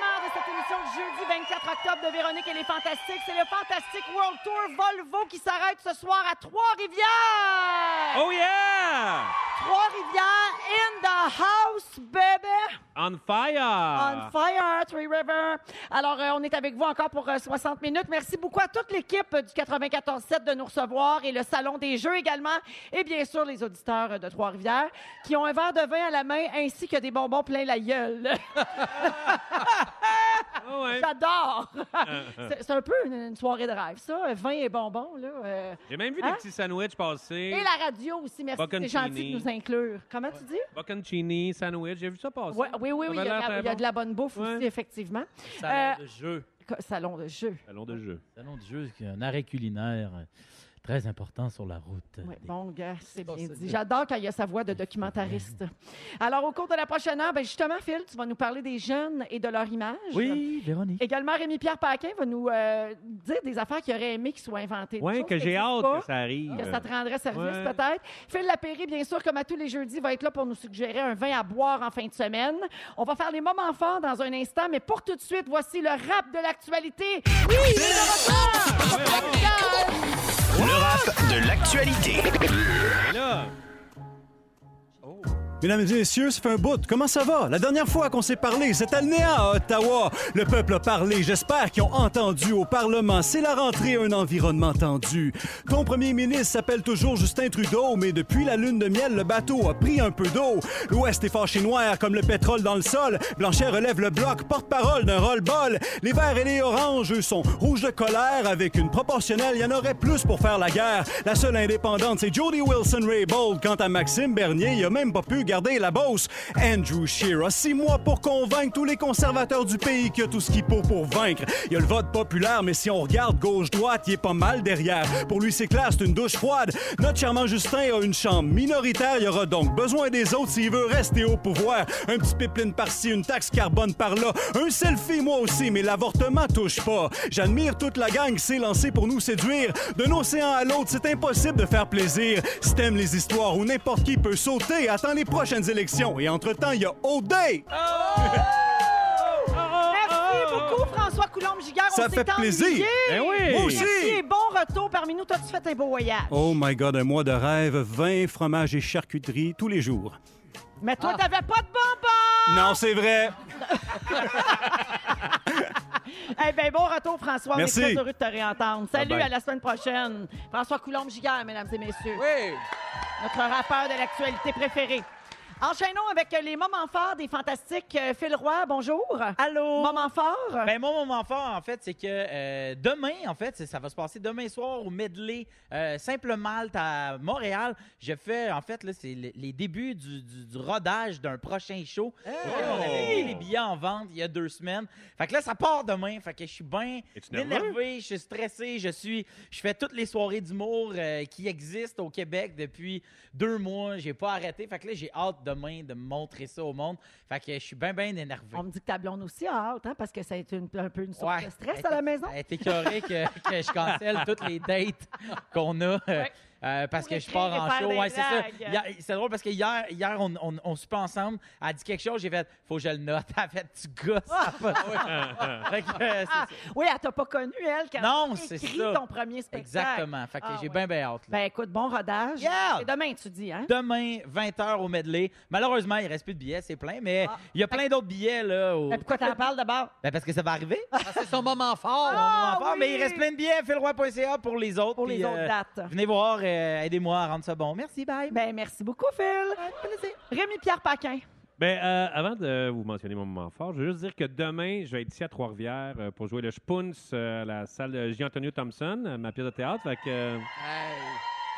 heure de cette émission de jeudi 24 octobre de Véronique et les Fantastiques. C'est le Fantastic World Tour Volvo qui s'arrête ce soir à Trois-Rivières. Oh yeah! Trois-Rivières in the house, baby. On fire. Ah. On fire, Three River. Alors, euh, on est avec vous encore pour euh, 60 minutes. Merci beaucoup à toute l'équipe euh, du 94-7 de nous recevoir et le Salon des Jeux également. Et bien sûr, les auditeurs euh, de Trois-Rivières qui ont un verre de vin à la main ainsi que des bonbons plein [laughs] la gueule. Ah [laughs] ouais. J'adore! C'est- C'est un peu une, une soirée de rêve, ça. euh, Vin et bonbons, là. euh. J'ai même vu Hein? des petits sandwichs passer. Et la radio aussi. Merci, c'est Bocconcini. gentil de nous inclure. Comment tu dis? Bocconcini, sandwich, j'ai vu ça passer. Ouais, oui, oui, Ça oui. avait Il y, a l'air de la- très il y a bon. de la bonne bouffe Ouais. aussi, effectivement. Salon Euh, de jeu. Co- Salon de jeu. Salon de jeu. Salon de jeu, c'est un arrêt culinaire euh, très important sur la route. euh, Ouais, Des- bon, gars, c'est Ça, bien c'est dit. bien. J'adore quand il y a sa voix de documentariste. Alors, au cours de la prochaine heure, ben justement, Phil, tu vas nous parler des jeunes et de leur image. Oui, Véronique. Également, Rémi-Pierre Paquin va nous euh, dire des affaires qu'il aurait aimé qu'ils soient inventées. Des Oui, choses que qui j'ai n'existent hâte pas, que ça arrive. que ça te rendrait service, Ouais. peut-être. Phil Lapéry, bien sûr, comme à tous les jeudis, va être là pour nous suggérer un vin à boire en fin de semaine. On va faire les moments forts dans un instant, mais pour tout de suite, voici le rap de l'actualité. Oui, il est de retour! Pascal! Le rap de l'actualité. Et là, Mesdames et messieurs, ça fait un bout. Comment ça va? La dernière fois qu'on s'est parlé, c'était à Néa, à Ottawa. Le peuple a parlé. J'espère qu'ils ont entendu au Parlement. C'est la rentrée, un environnement tendu. Ton premier ministre s'appelle toujours Justin Trudeau, mais depuis la lune de miel, le bateau a pris un peu d'eau. L'Ouest est fâché noir comme le pétrole dans le sol. Blanchet relève le bloc, porte-parole d'un roll-ball. Les verts et les oranges, eux, sont rouges de colère. Avec une proportionnelle, il y en aurait plus pour faire la guerre. La seule indépendante, c'est Jody Wilson-Raybould. Quant à Maxime Bernier, il a même pas pu garder la bosse. Andrew Scheer a six mois pour convaincre tous les conservateurs du pays qu'il y a tout ce qu'il faut pour vaincre. Il y a le vote populaire, mais si on regarde gauche-droite, il est pas mal derrière. Pour lui, c'est clair, c'est une douche froide. Notre charmant Justin a une chambre minoritaire. Il aura donc besoin des autres s'il veut rester au pouvoir. Un petit pipeline par-ci, une taxe carbone par-là. Un selfie, moi aussi, mais l'avortement touche pas. J'admire toute la gang qui s'est lancée pour nous séduire. D'un océan à l'autre, c'est impossible de faire plaisir. Si t'aimes les histoires où n'importe qui peut sauter, attends les prochaines élections. Et entre-temps, il y a O-Day! Ah! Merci beaucoup, François Coulombe-Giguère. Ça On fait s'est plaisir. ennuyés. Eh Ben oui. Moi aussi. Merci et bon retour parmi nous. T'as-tu fait un beau voyage? Oh my God, un mois de rêve, vin, fromage et charcuterie tous les jours. Mais Ah. toi, t'avais pas de bonbons! Non, c'est vrai. Eh bien, bon retour, François. Merci. On est très heureux de te réentendre. Salut, Bye-bye. à la semaine prochaine. François Coulombe-Giguère, mesdames et messieurs. Oui. Notre rappeur de l'actualité préféré. Enchaînons avec euh, les moments forts des fantastiques. Euh, Phil Roy, bonjour. Allô? Moment fort. Ben, mon moment fort, en fait, c'est que euh, demain, en fait, c'est- ça va se passer demain soir au Medley, euh, Simple Malte à Montréal. Je fais, en fait, là, c'est le- les débuts du, du- du rodage d'un prochain show. Auquel On Oh! avait mis les billets en vente il y a deux semaines. Fait que là, ça part demain. Fait que je suis bien Es-tu nerveux? énervé, je suis stressé, je suis, je fais toutes les soirées d'humour euh, qui existent au Québec depuis deux mois. J'ai pas arrêté. Fait que là, j'ai hâte demain de montrer ça au monde. Fait que je suis bien, bien énervé. On me dit que ta blonde aussi a hâte, hein, parce que ça a été une- un peu une source Ouais. de stress Elle à la était- maison. Elle était écœurée que, que je cancelle toutes les dates qu'on a euh, euh, parce Pour que je écrire pars et en faire show. des Ouais, c'est ça. blagues. Hier- C'est drôle parce que hier, hier on, on, on soupait ensemble. Elle a dit quelque chose, j'ai fait Faut que je le note. [laughs] Elle a fait Du gosse. [laughs] Fait que, euh, c'est ça. Ah, oui, elle t'a pas connu, elle, quand Non, tu c'est écris ça. ton premier spectacle. Exactement. Fait que Ah, j'ai bien, ouais. bien hâte. là. Ben écoute, bon rodage. Yeah! C'est demain, tu dis, hein? Demain, 20h au medley. Malheureusement, il reste plus de billets, c'est plein, mais Ah. il y a plein d'autres billets. là. au- Ben, pourquoi t'en parles d'abord? Ben, parce que ça va arriver. Ah, c'est son moment Ah, fort. On va en voir, oui! Mais il reste plein de billets. Philroy.ca pour les autres. Pour les puis, euh, autres dates. Venez voir, euh, aidez-moi à rendre ça bon. Merci, bye. Ben merci beaucoup, Phil. Rémi-Pierre Paquin. Ben, euh, avant de vous mentionner mon moment fort, je veux juste dire que demain, je vais être ici à Trois-Rivières euh, pour jouer le Spoons euh, à la salle de J-Antonio Thompson, euh, ma pièce de théâtre. Fait que, euh, Hey,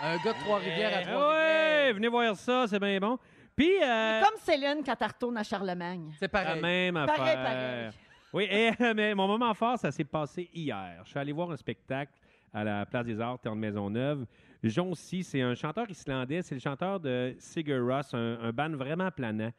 Un gars de Trois-Rivières à ah Eh Trois-Rivières. ouais, venez voir ça, c'est bien bon. Puis, euh, Comme Céline quand elle retourne à Charlemagne. C'est la pareil. même Pareil, affaire. pareil. Oui, et- [laughs] mais mon moment fort, ça s'est passé hier. Je suis allé voir un spectacle à la Place des Arts, Terre de Maisonneuve. Jonsi, c'est un chanteur islandais. C'est le chanteur de Sigur Rós, un, un band vraiment planant.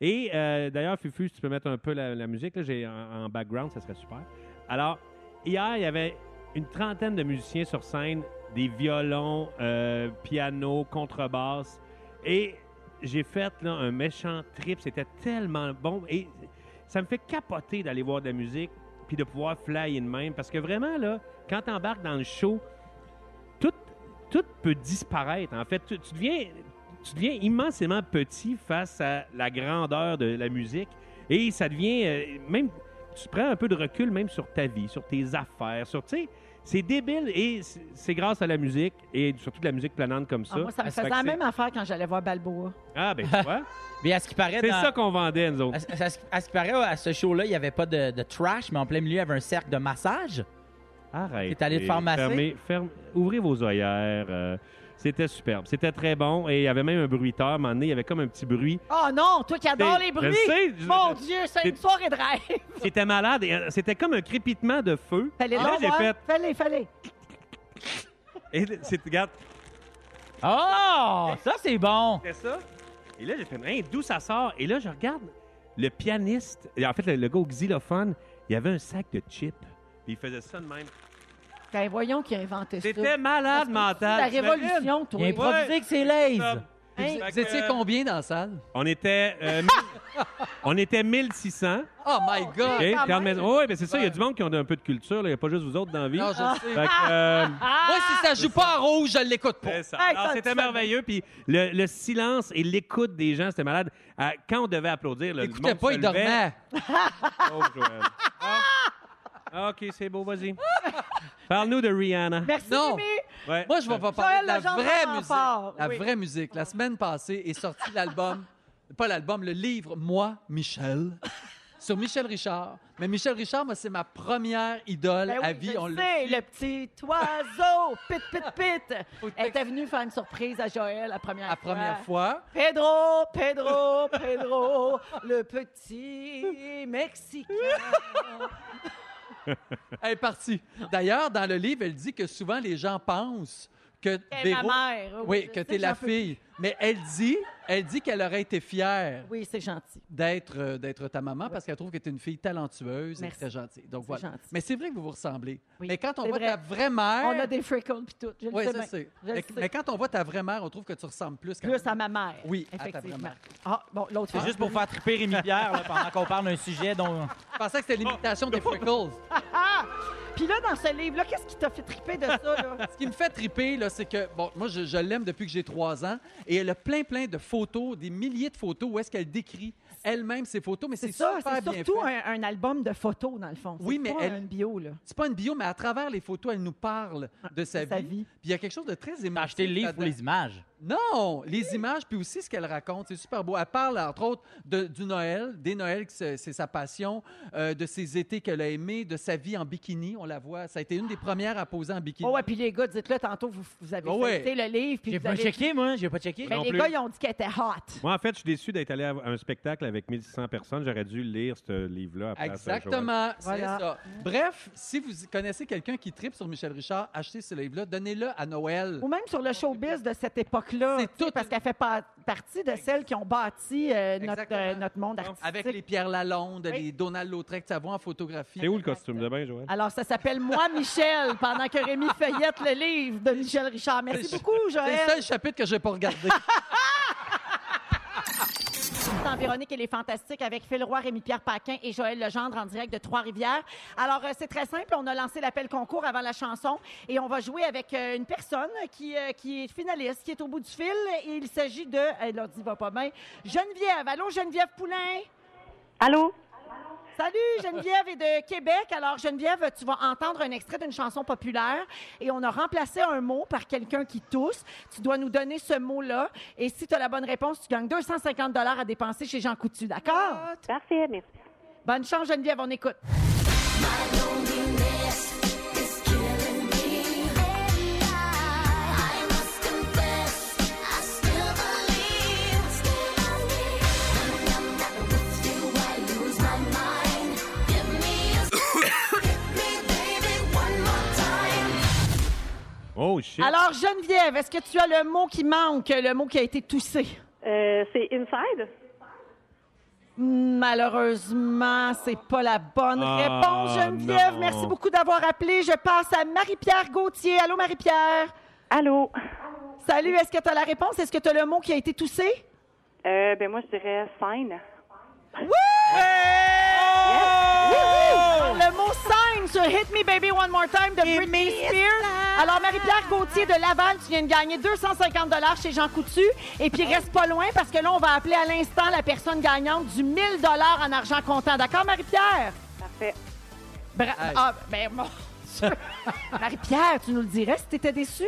Et euh, d'ailleurs, Fufu, si tu peux mettre un peu la, la musique, là, j'ai en, en background, ça serait super. Alors, hier, il y avait une trentaine de musiciens sur scène, des violons, euh, piano, contrebasse. Et j'ai fait là, un méchant trip. C'était tellement bon. Et ça me fait capoter d'aller voir de la musique puis de pouvoir flyer de même. Parce que vraiment, là, quand t'embarques dans le show, tout, tout peut disparaître. En fait, tu, tu deviens, tu deviens immensément petit face à la grandeur de la musique. Et ça devient euh, même. Tu prends un peu de recul même sur ta vie, sur tes affaires, sur. Tu sais, c'est débile et c'est- c'est grâce à la musique et surtout de la musique planante comme ça. Ah, moi, ça me ça fait faisait que la c'est- même affaire quand j'allais voir Balboa. Ah, [laughs] ben, tu vois. Mais à ce qui paraît, C'est dans- ça qu'on vendait, nous à, autres. ce- à ce- à ce qui paraît, à ce show-là, il n'y avait pas de, de trash, mais en plein milieu, il y avait un cercle de massage. Ah, Arrête. T'es allé te faire masser? Fermez, ferme- ouvrez vos oreillères. euh, c'était superbe. C'était très bon. Et il y avait même un bruiteur. À un moment donné, il y avait comme un petit bruit. Oh non, toi qui adore T'es- les je bruits! sais, je- Mon Dieu, c'est une t'es- soirée de rêve! C'était malade. et, euh, C'était comme un crépitement de feu. Fallait Là, le j'ai voir. fait. Fallait, fallait. Et c'est- regarde, Oh! Ça, c'est bon! c'était ça. Et là, j'ai fait, Hein, d'où ça sort? Et là, je regarde le pianiste. et En fait, le, le gars au xylophone, il avait un sac de chips. Puis il faisait ça de même. Ben voyons qui a inventé ça. C'était malade mental. la t'imagines? révolution, toi. Il a improvisé Ouais. que c'est l'aise. Stop. Hey, Fait Vous étiez que, combien dans la salle? On était, euh, mille- on était 1600. Oh my God! OK, quand Pierre même. Maison- Oh, oui, mais c'est ça, il y a du monde qui ont un peu de culture, là, il n'y a pas juste vous autres dans la vie. Non, je sais. Fait que, [laughs] euh, Ah! Moi, si ça Ah! joue pas en rouge, je l'écoute pas. c'est ça. Hey, Alors, ça, c'était tu merveilleux. Puis le, le silence et l'écoute des gens, c'était malade. Ah, quand on devait applaudir, le, le Écoutez monde pas, se il levait. dormait. Oh, Joël. Ah. Ah, OK, c'est beau, vas-y. Parle-nous de Rihanna. Merci, Non. Mimi. Ouais. Moi, je vais pas Joël parler de la Legendre vraie en musique. part, La oui. vraie musique. La semaine passée est sorti [laughs] l'album, pas l'album, le livre Moi, Michel, sur Michel Richard. Mais Michel Richard, moi, c'est ma première idole Ben oui, à vie. je On le le sais, suit. le petit oiseau, pit, [laughs] pit, Faut pit. Elle texte- était venue faire une surprise à Joël la première la fois. première fois. Pedro, Pedro, Pedro, le petit Mexicain. Elle est partie. D'ailleurs, dans le livre, elle dit que souvent les gens pensent que T'es Véro- ma mère. oui, je que sais t'es j'en la peux fille. Mais elle dit, elle dit qu'elle aurait été fière plus. Oui, c'est gentil. d'être euh, d'être ta maman parce qu'elle trouve que tu es une fille talentueuse Merci. et très gentille. Donc C'est voilà. gentil. Mais c'est vrai que vous vous ressemblez. Oui, Mais quand on c'est voit vrai. ta vraie mère, On a des freckles puis tout. Je le Hein? Oui, sais ça bien. c'est. Je le Mais, sais. mais quand on voit ta vraie mère, on trouve que tu ressembles plus. qu'à- Plus à ma mère. Oui, à ta effectivement. vraie Ah, bon, l'autre C'est fois. juste pour faire triper Rémi Pierre là, pendant qu'on parle d'un sujet dont. Je pensais que c'était l'imitation des freckles. Ah! Puis là, dans ce livre-là, qu'est-ce qui t'a fait triper de ça, là? Ce qui me fait triper, là, c'est que, bon, moi, je, je l'aime depuis que j'ai trois ans et elle a plein, plein de photos, des milliers de photos où est-ce qu'elle décrit elle-même ses photos, mais [laughs] c'est C'est ça, super c'est bien surtout fait. un, un album de photos, dans le fond. Oui, C'est mais pas elle- un bio, là. C'est pas une bio, mais à travers les photos, elle nous parle de sa, Ah, sa vie. vie. Puis il y a quelque chose de très émotif. T'as acheté le livre là-dedans. pour les images. Non, les images, puis aussi ce qu'elle raconte, c'est super beau. Elle parle, entre autres, de- du Noël, des Noëls, que c'est c'est sa passion, euh, de ses étés qu'elle a aimés, de sa vie en bikini, on la voit. Ça a été une des premières à poser en bikini. Oh, ouais, puis les gars, dites-le, tantôt, vous, vous avez Ah ouais. feuilleté le livre, puis J'ai vous pas avez... checké, moi. J'ai pas checké. Ben, Non les plus. gars, ils ont dit qu'elle était hot. Moi, en fait, je suis déçu d'être allé à un spectacle avec 1600 personnes. J'aurais dû lire ce livre-là. à place, euh, Joël. Exactement, c'est Voilà. ça. Bref, si vous connaissez quelqu'un qui tripe sur Michel Richard, achetez ce livre-là, donnez-le à Noël. Ou même sur le showbiz de cette époque-là. C'est tu sais, tout- Parce qu'elle fait pas- partie de celles qui ont bâti euh, notre, Exactement. euh, notre monde artistique. Avec les Pierre Lalonde, Oui. les Donald Lautrec, tu en photographie. C'est où le costume de bain, Joël? Alors, ça s'appelle Moi, Michel, pendant que Rémi feuillette le livre de Michel Richard. Merci C'est- beaucoup, C'est Joël. le seul chapitre que je n'ai [laughs] pas regardé. dans Véronique et les Fantastiques avec Phil Roy, Rémi-Pierre Paquin et Joël Legendre en direct de Trois-Rivières. Alors, euh, c'est très simple. On a lancé l'appel concours avant la chanson et on va jouer avec euh, une personne qui, euh, qui est finaliste, qui est au bout du fil. Et il s'agit de... Elle leur dit, va pas bien. Geneviève. Allô, Geneviève Poulain? Allô? Salut, Geneviève est de Québec. Alors, Geneviève, tu vas entendre un extrait d'une chanson populaire et on a remplacé un mot par quelqu'un qui tousse. Tu dois nous donner ce mot-là et si tu as la bonne réponse, tu gagnes 250 à dépenser chez Jean Coutu, d'accord? Parfait, merci. Bonne chance, Geneviève, on écoute. I must confess, I still believe, still Oh, shit. Alors, Geneviève, est-ce que tu as le mot qui manque, le mot qui a été toussé? Euh, c'est Inside? Malheureusement, c'est pas la bonne Ah, réponse, Geneviève. non. Merci beaucoup d'avoir appelé. Je passe à Marie-Pierre Gauthier. Allô, Marie-Pierre? Allô? Salut, est-ce que tu as la réponse? Est-ce que tu as le mot qui a été toussé? Euh, ben moi, je dirais Sign. Le mot sign sur Hit Me Baby One More Time de Britney Spears. Alors, Marie-Pierre Gauthier de Laval, tu viens de gagner 250 chez Jean Coutu. Et puis, reste pas loin parce que là, on va appeler à l'instant la personne gagnante du 1000 en argent comptant. D'accord, Marie-Pierre? Parfait. Bra- ah, ben, mon Dieu. Marie-Pierre, tu nous le dirais si t'étais déçue?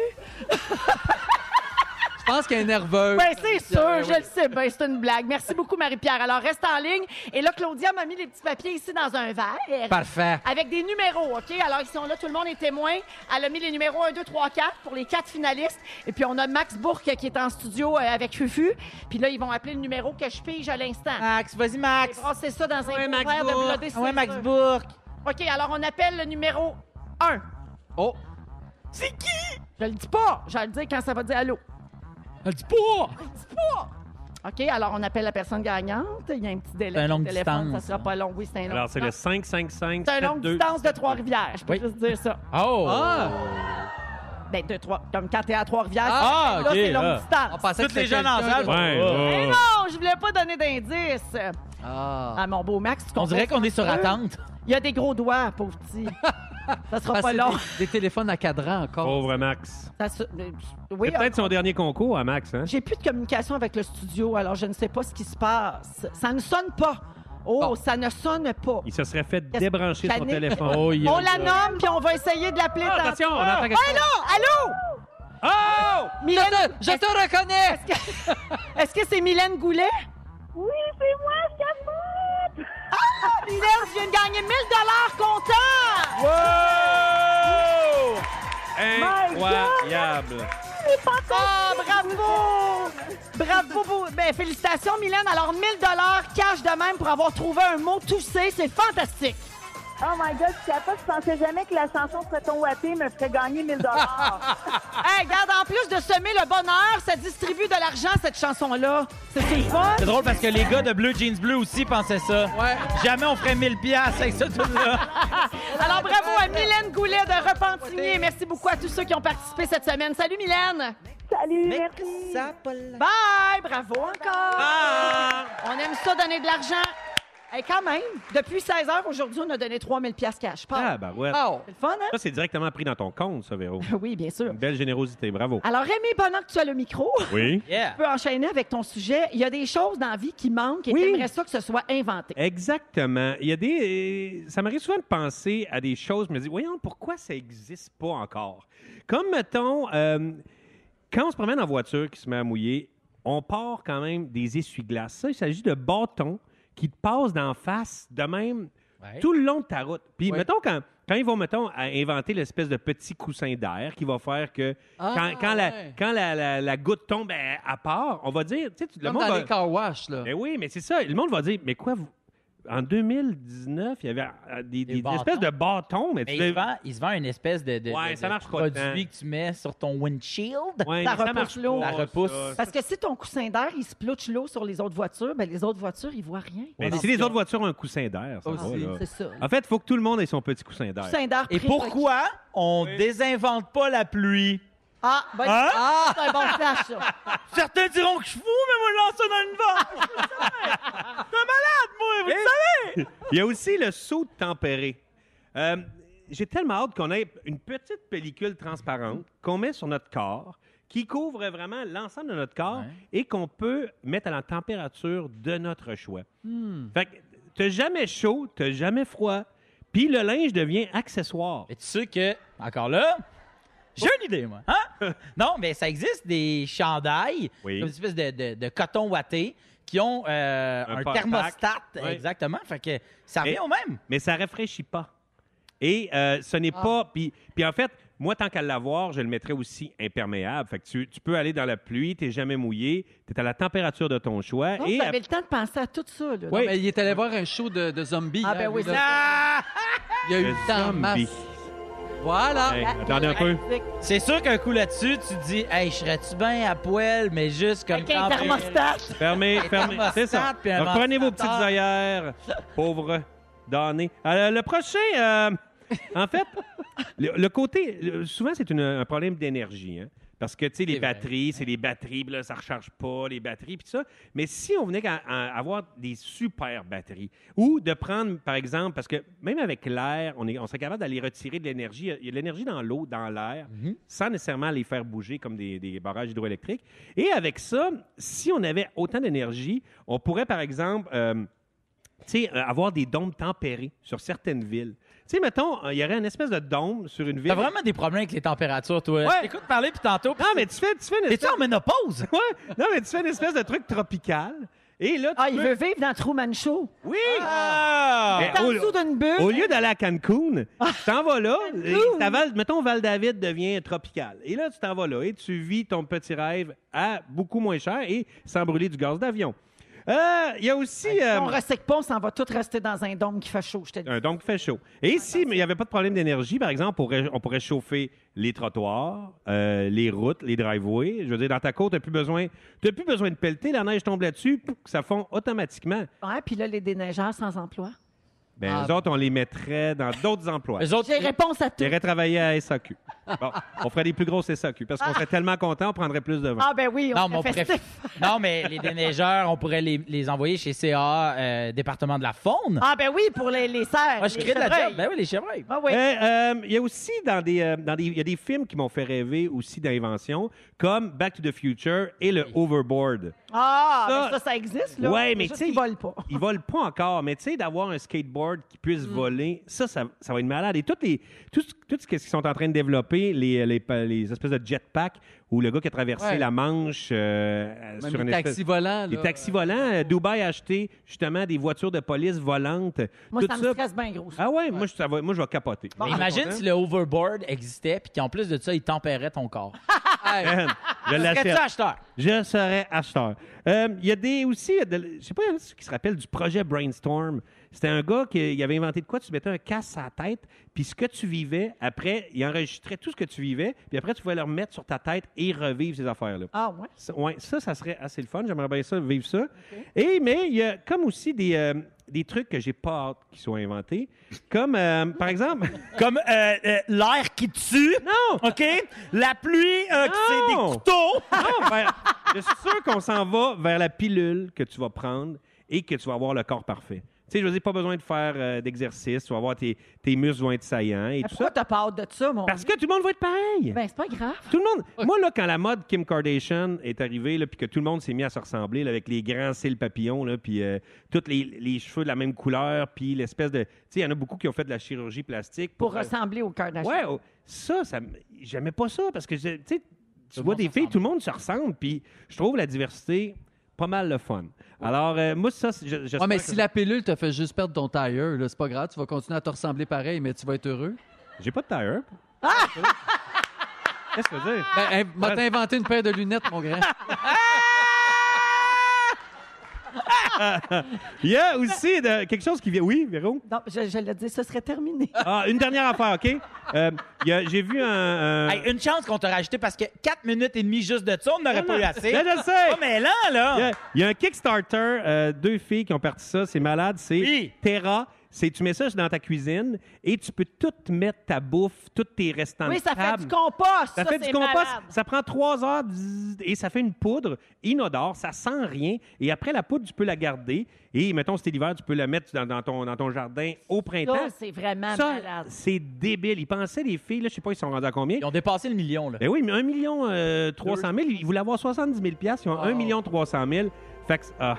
Je pense qu'elle est nerveuse. Ben, c'est sûr, Ouais, je ouais. le sais. Ben, c'est une blague. Merci beaucoup, Marie-Pierre. Alors, reste en ligne. Et là, Claudia m'a mis les petits papiers ici dans un verre. Parfait. Avec des numéros, OK? Alors, ils sont là, tout le monde est témoin. Elle a mis les numéros 1, 2, 3, 4 pour les quatre finalistes. Et puis, on a Max Bourque qui est en studio euh, avec Fufu. Puis là, ils vont appeler le numéro que je pige à l'instant. Max, vas-y, Et Max. brasser ça dans un Ah. Oh, Ouais, Max gros verre de Bourque. Ah blodé, c'est Ouais, Max sûr. Bourque. OK, alors on appelle le numéro 1. Oh. Je le dis pas. Je vais le dire quand ça va dire allô. Elle dit pas. dis pas. OK, alors on appelle la personne gagnante. Il y a un petit C'est délai. un sur le longue téléphone, distance, hein. Ça sera là. pas long. Oui, c'est un long. Alors, c'est le distance. 555 C'est un longue 72. distance de Trois-Rivières. Je peux Oui. juste dire ça. Oh! Ah. Ben, deux, trois. Comme quand t'es à Trois-Rivières, Ah, là, ok, c'est longue là. distance. On pensait Toutes que les c'était jeunes ensemble. quelqu'un Ouais, de- ouais. Mais non, je voulais pas donner d'indice. Ah. Ah, mon beau Max, tu On comprends dirait qu'on est sur ça? attente. Il y a des gros doigts, pauvre petit. Ça sera Ah, pas c'est long. Oh. des, des téléphones à cadran encore. Pauvre Max. Ça se- euh, Oui, C'est peut-être son dernier concours à Max, hein? J'ai plus de communication avec le studio, alors je ne sais pas ce qui se passe. Ça ne sonne pas. Oh, Bon. ça ne sonne pas. Il se serait fait Qu'est-ce- Oh, débrancher son Panique. téléphone. On la nomme, puis on va essayer de l'appeler. Ah, tantôt. attention, on Ah. entend quelque chose. Allô? Allô? Oh! Mylène- Je te reconnais! Est-ce que c'est Mylène Goulet? Oui, c'est moi, Scamoute! Ah, Mylène, tu viens de gagner 1000 comptant! Wow! Incroyable! Ah, bravo! Bravo! pour- Ben, félicitations, Mylène. Alors, 1000 cash de même pour avoir trouvé un mot toussé. C'est fantastique. Oh my God, tu sais pas, je pensais jamais que la chanson Freton Wappé me ferait gagner 1000 Hey, regarde, en plus de semer le bonheur, ça distribue de l'argent, cette chanson-là. C'est c'est le fun? C'est drôle parce que les gars de Blue Jeans Bleu aussi pensaient ça. Ouais. Jamais on ferait 1000 piastres avec ça tout là. Alors, bravo à Mylène Goulet de Repentigny. Merci beaucoup à tous ceux qui ont participé cette semaine. Salut, Mylène! Salut, merci. Bye! Bravo encore! Ah! On aime ça donner de l'argent. Hey, quand même, depuis 16 heures, aujourd'hui, on a donné 3000 pièces cash. Pas Ah, bah ouais. Oh. C'est le fun, hein? Ça, c'est directement pris dans ton compte, ça, Véro. Oui, bien sûr. Une belle générosité, bravo. Alors, Rémi, pendant que tu as le micro, Oui. Yeah. tu peux enchaîner avec ton sujet. Il y a des choses dans la vie qui manquent et Oui. Eh. t'aimerais ça que ce soit inventé. Exactement. Il y a des. euh, Ça m'arrive souvent de penser à des choses, je me dis, voyons, pourquoi ça n'existe pas encore? Comme, mettons, euh, quand on se promène en voiture qui se met à mouiller, on part quand même des essuie-glaces. Ça, il s'agit de bâtons qui te passent d'en face de même tout le long de ta route. Puis, Ouais. mettons, quand, quand ils vont, mettons, à inventer l'espèce de petit coussin d'air qui va faire que Ah, quand, quand la, ouais. quand la, la- la goutte tombe elle- à part, on va dire, tu sais, tu- le Comme monde dans va- les car wash, là. Eh ben oui, mais c'est ça. Le monde va dire, mais quoi, vous... en 2019, il y avait euh, des, des- des bâtons. espèces de bâtons, mais, Mais tu il se, devais- vend, il se vend une espèce de, de- Ouais, de- ça de marche pas produit tant. que tu mets sur ton windshield. Ouais, ça mais repousse marche l'eau. pas, Ça repousse. Parce que si ton coussin d'air, il se plouche l'eau sur les autres voitures, ben les autres voitures, ils voient rien. Ah, Mais si les autres voitures ont un coussin d'air, ça va, Aussi, là. C'est ça. En fait, il faut que tout le monde ait son petit coussin d'air. Coussin d'air Et prérequis. pourquoi on désinvente pas la pluie? Ah, ben, Hein? c'est un bon flash, [laughs] ça. Certains diront que je suis fou, mais moi, je lance ça dans une [laughs] vente. T'es malade, moi, vous le savez. Il y a aussi le saut de tempéré. Euh, J'ai tellement hâte qu'on ait une petite pellicule transparente qu'on met sur notre corps qui couvre vraiment l'ensemble de notre corps et qu'on peut mettre à la température de notre choix. Hmm. Fait que t'as jamais chaud, t'as jamais froid, puis le linge devient accessoire. Mais tu sais que, encore là, j'ai une idée, moi. [laughs] Hein? non, mais ça existe des chandails, Oui. comme une espèce de, de- de coton watté, qui ont euh, Un un, pack. thermostat. Ouais. Exactement. Fait que ça Mais- revient au même. mais ça rafraîchit pas. Et euh, ce n'est Ah. pas. Puis, puis en fait, moi, tant qu'à l'avoir, je le mettrais aussi imperméable. Fait que tu, tu peux aller dans la pluie, t'es jamais mouillé, t'es à la température de ton choix. Donc, et vous avez après- le temps de penser à tout ça, là. Non, mais il est allé voir un show de, de zombies. Ah, hein, ben oui, lui, là. ça- Ah! Il y a eu Le le temps en masse. zombie. Voilà. Hey, attendez un peu. C'est sûr qu'un coup là-dessus, tu te dis, hey, je serais-tu bien à poil, mais juste comme Avec un thermostat. Fermez, fermez. thermostat, C'est ça. puis un Donc, prenez vos petites ventilateur. ailleurs. Pauvre damné. Euh, le prochain, euh, en fait, le, le côté. le- souvent, c'est une- un problème d'énergie. hein. Parce que, tu sais, les vrai. batteries, c'est les batteries, puis là, ça ne recharge pas, les batteries, puis ça. Mais si on venait à, à avoir des super batteries, ou de prendre, par exemple, parce que même avec l'air, on, est, on serait capable d'aller retirer de l'énergie. Il y a de l'énergie dans l'eau, dans l'air, sans nécessairement les faire bouger comme des, des barrages hydroélectriques. Et avec ça, si on avait autant d'énergie, on pourrait, par exemple, euh, tu sais, euh, avoir des dômes tempérés sur certaines villes. Tu sais, mettons, euh, il y aurait une espèce de dôme sur une ville. T'as vraiment des problèmes avec les températures, toi. Ouais. Je t'écoute parler, puis tantôt. Non, mais tu fais, tu fais une T'es-tu espèce... en ménopause? [laughs] Ouais. Non, mais tu fais une espèce de truc tropical. Et là, tu Ah, il peux- veut vivre dans Truman Show. Oui! Ah! T'es Mais en au- dessous Ah! d'une bulle. Ben, oh Au lieu d'aller à Cancun, tu t'en vas là. et ta Val- mettons, Val-David devient tropical. Et là, tu t'en vas là et tu vis ton petit rêve à beaucoup moins cher et sans brûler du gaz d'avion. Euh, Il y a aussi... Si euh, on ressec pas, on s'en va tout rester dans un dôme qui fait chaud, je te dis. un dôme qui Euh, fait chaud. Et si mais il n'y avait pas de problème d'énergie, par exemple, on pourrait, on pourrait chauffer les trottoirs, euh, les routes, les driveways. Je veux dire, dans ta cour, tu n'as plus, besoin- t'as plus besoin de pelleter, la neige tombe là-dessus, pouf, ça fond automatiquement. Ouais, puis là, les déneigeurs sans emploi. Ben, Ah. eux autres, on les mettrait dans d'autres emplois. Les autres, J'ai réponse à tout. Ils iraient travailler à SAQ. Bon, on ferait des plus grosses SAQ parce qu'on serait tellement contents, on prendrait plus de vent. Ah ben oui, on Non, mais on fait pourrait- festif. [laughs] non, mais les déneigeurs, on pourrait les, les envoyer chez CA, euh, département de la faune. Ah ben oui, pour les, les serres. Moi, je les crée de la chevreuils. job. Ben oui, les chevreuils. Ah oui. Euh, euh, Il y a aussi dans des, euh, dans des, il y a des films qui m'ont fait rêver aussi d'invention, comme Back to the Future et le Overboard. ah, ça- ben ça, ça, existe, là. Ouais, C'est mais juste tu sais, qu'ils volent pas. Mm. Ils volent pas encore, mais tu sais, d'avoir un skateboard qui puisse voler, ça, ça, ça va être malade. Et tout, les, tout, ce- tout ce qu'ils sont en train de développer, les, les, pa- les espèces de jetpacks, où le gars qui a traversé Ouais. la Manche euh, Même sur les une espèce... taxis volants. Les là. taxis volants, euh, Dubaï a acheté justement des voitures de police volantes. Moi, tout ça me ça. stresse bien gros. ça. Ah ouais, Moi, je, ça va- moi, je vais capoter. Hein? Mais Je suis imagine content. si le overboard existait, puis qu'en plus de ça, il tempérait ton [laughs] corps. Hey, Man, [laughs] Je Qu'est-ce que tu l'achète. acheteur? Je serais acheteur. Euh, Il y a des aussi, il y a de- je sais pas il y en a ceux qui se rappellent du projet Brainstorm. C'était un gars qui il avait inventé de quoi, tu mettais un casque à la tête, puis ce que tu vivais, après, il enregistrait tout ce que tu vivais, puis après, tu pouvais le remettre sur ta tête et revivre ces affaires-là. Ah ouais. Ça, ouais, ça, ça serait assez le fun. J'aimerais bien ça, vivre ça. Et, mais il y a comme aussi des, euh, des trucs que j'ai pas hâte qu'ils soient inventés. Comme, euh, par exemple... Comme euh, euh, l'air qui tue. [laughs] Non! OK? La pluie, euh, qui c'est Non! des couteaux. Non, ben, je suis sûr qu'on s'en va vers la pilule que tu vas prendre et que tu vas avoir le corps parfait. Tu sais, je veux dire, pas besoin de faire euh, d'exercice. Tu vas avoir tes, tes muscles vont être saillants et Mais tout ça. Ben, pourquoi t'as peur de ça, mon Parce que tout le monde va être pareil. Ben, c'est pas grave. Tout le monde. Moi, là, quand la mode Kim Kardashian est arrivée, là, puis que tout le monde s'est mis à se ressembler, là, avec les grands cils papillons, là, puis euh, tous les, les cheveux de la même couleur, puis l'espèce de. Tu sais, il y en a beaucoup qui ont fait de la chirurgie plastique euh, Pour ressembler au cœur Ouais, oh, ça, ça m- j'aimais pas ça parce que je- tu sais, tu le vois monde des se filles, ressemble. tout le monde se ressemble, puis je trouve la diversité pas mal le fun. Alors, euh, moi, ça, c'est- je, j'espère Ouais, mais que- si la pilule te fait juste perdre ton tailleur, là, c'est pas grave, tu vas continuer à te ressembler pareil, mais tu vas être heureux. J'ai pas de tailleur. Qu'est-ce que tu veux [laughs] dire? Ben, in- Ah! m'a inventé une paire de lunettes, mon [laughs] grand. Il y a aussi de- quelque chose qui vient. Oui, Véro? Non, je, je l'ai dit, ce serait terminé. Ah, une dernière affaire, OK? Euh, il y a- j'ai vu un. un- Hey, une chance qu'on t'a rajouté parce que 4 minutes et demie juste de ça, on n'aurait Hein. Non, pas eu non. assez. Là, je sais. Pas mêlant, là. Il y a- il y, a un Kickstarter, euh, deux filles qui ont parti ça, c'est malade, c'est Oui. Terra. C'est tu mets ça dans ta cuisine et tu peux tout mettre ta bouffe, tous tes restants Oui, de ça fait table. du compost. Ça, fait du c'est compost, malade. ça prend trois heures bzzz, et ça fait une poudre inodore, ça sent rien. Et après la poudre, tu peux la garder. Et mettons, si c'est l'hiver, tu peux la mettre dans, dans ton, dans ton jardin au printemps. Ça, Oh, c'est vraiment Ça, malade. c'est débile. Ils pensaient, les filles, là, je sais pas, ils sont rendus à combien. Ils ont dépassé le million, là. Ben oui, mais 1 million euh, 300 000, ils voulaient avoir 70 000 piastres, ils ont 1 million 300 000. Fait que, ah,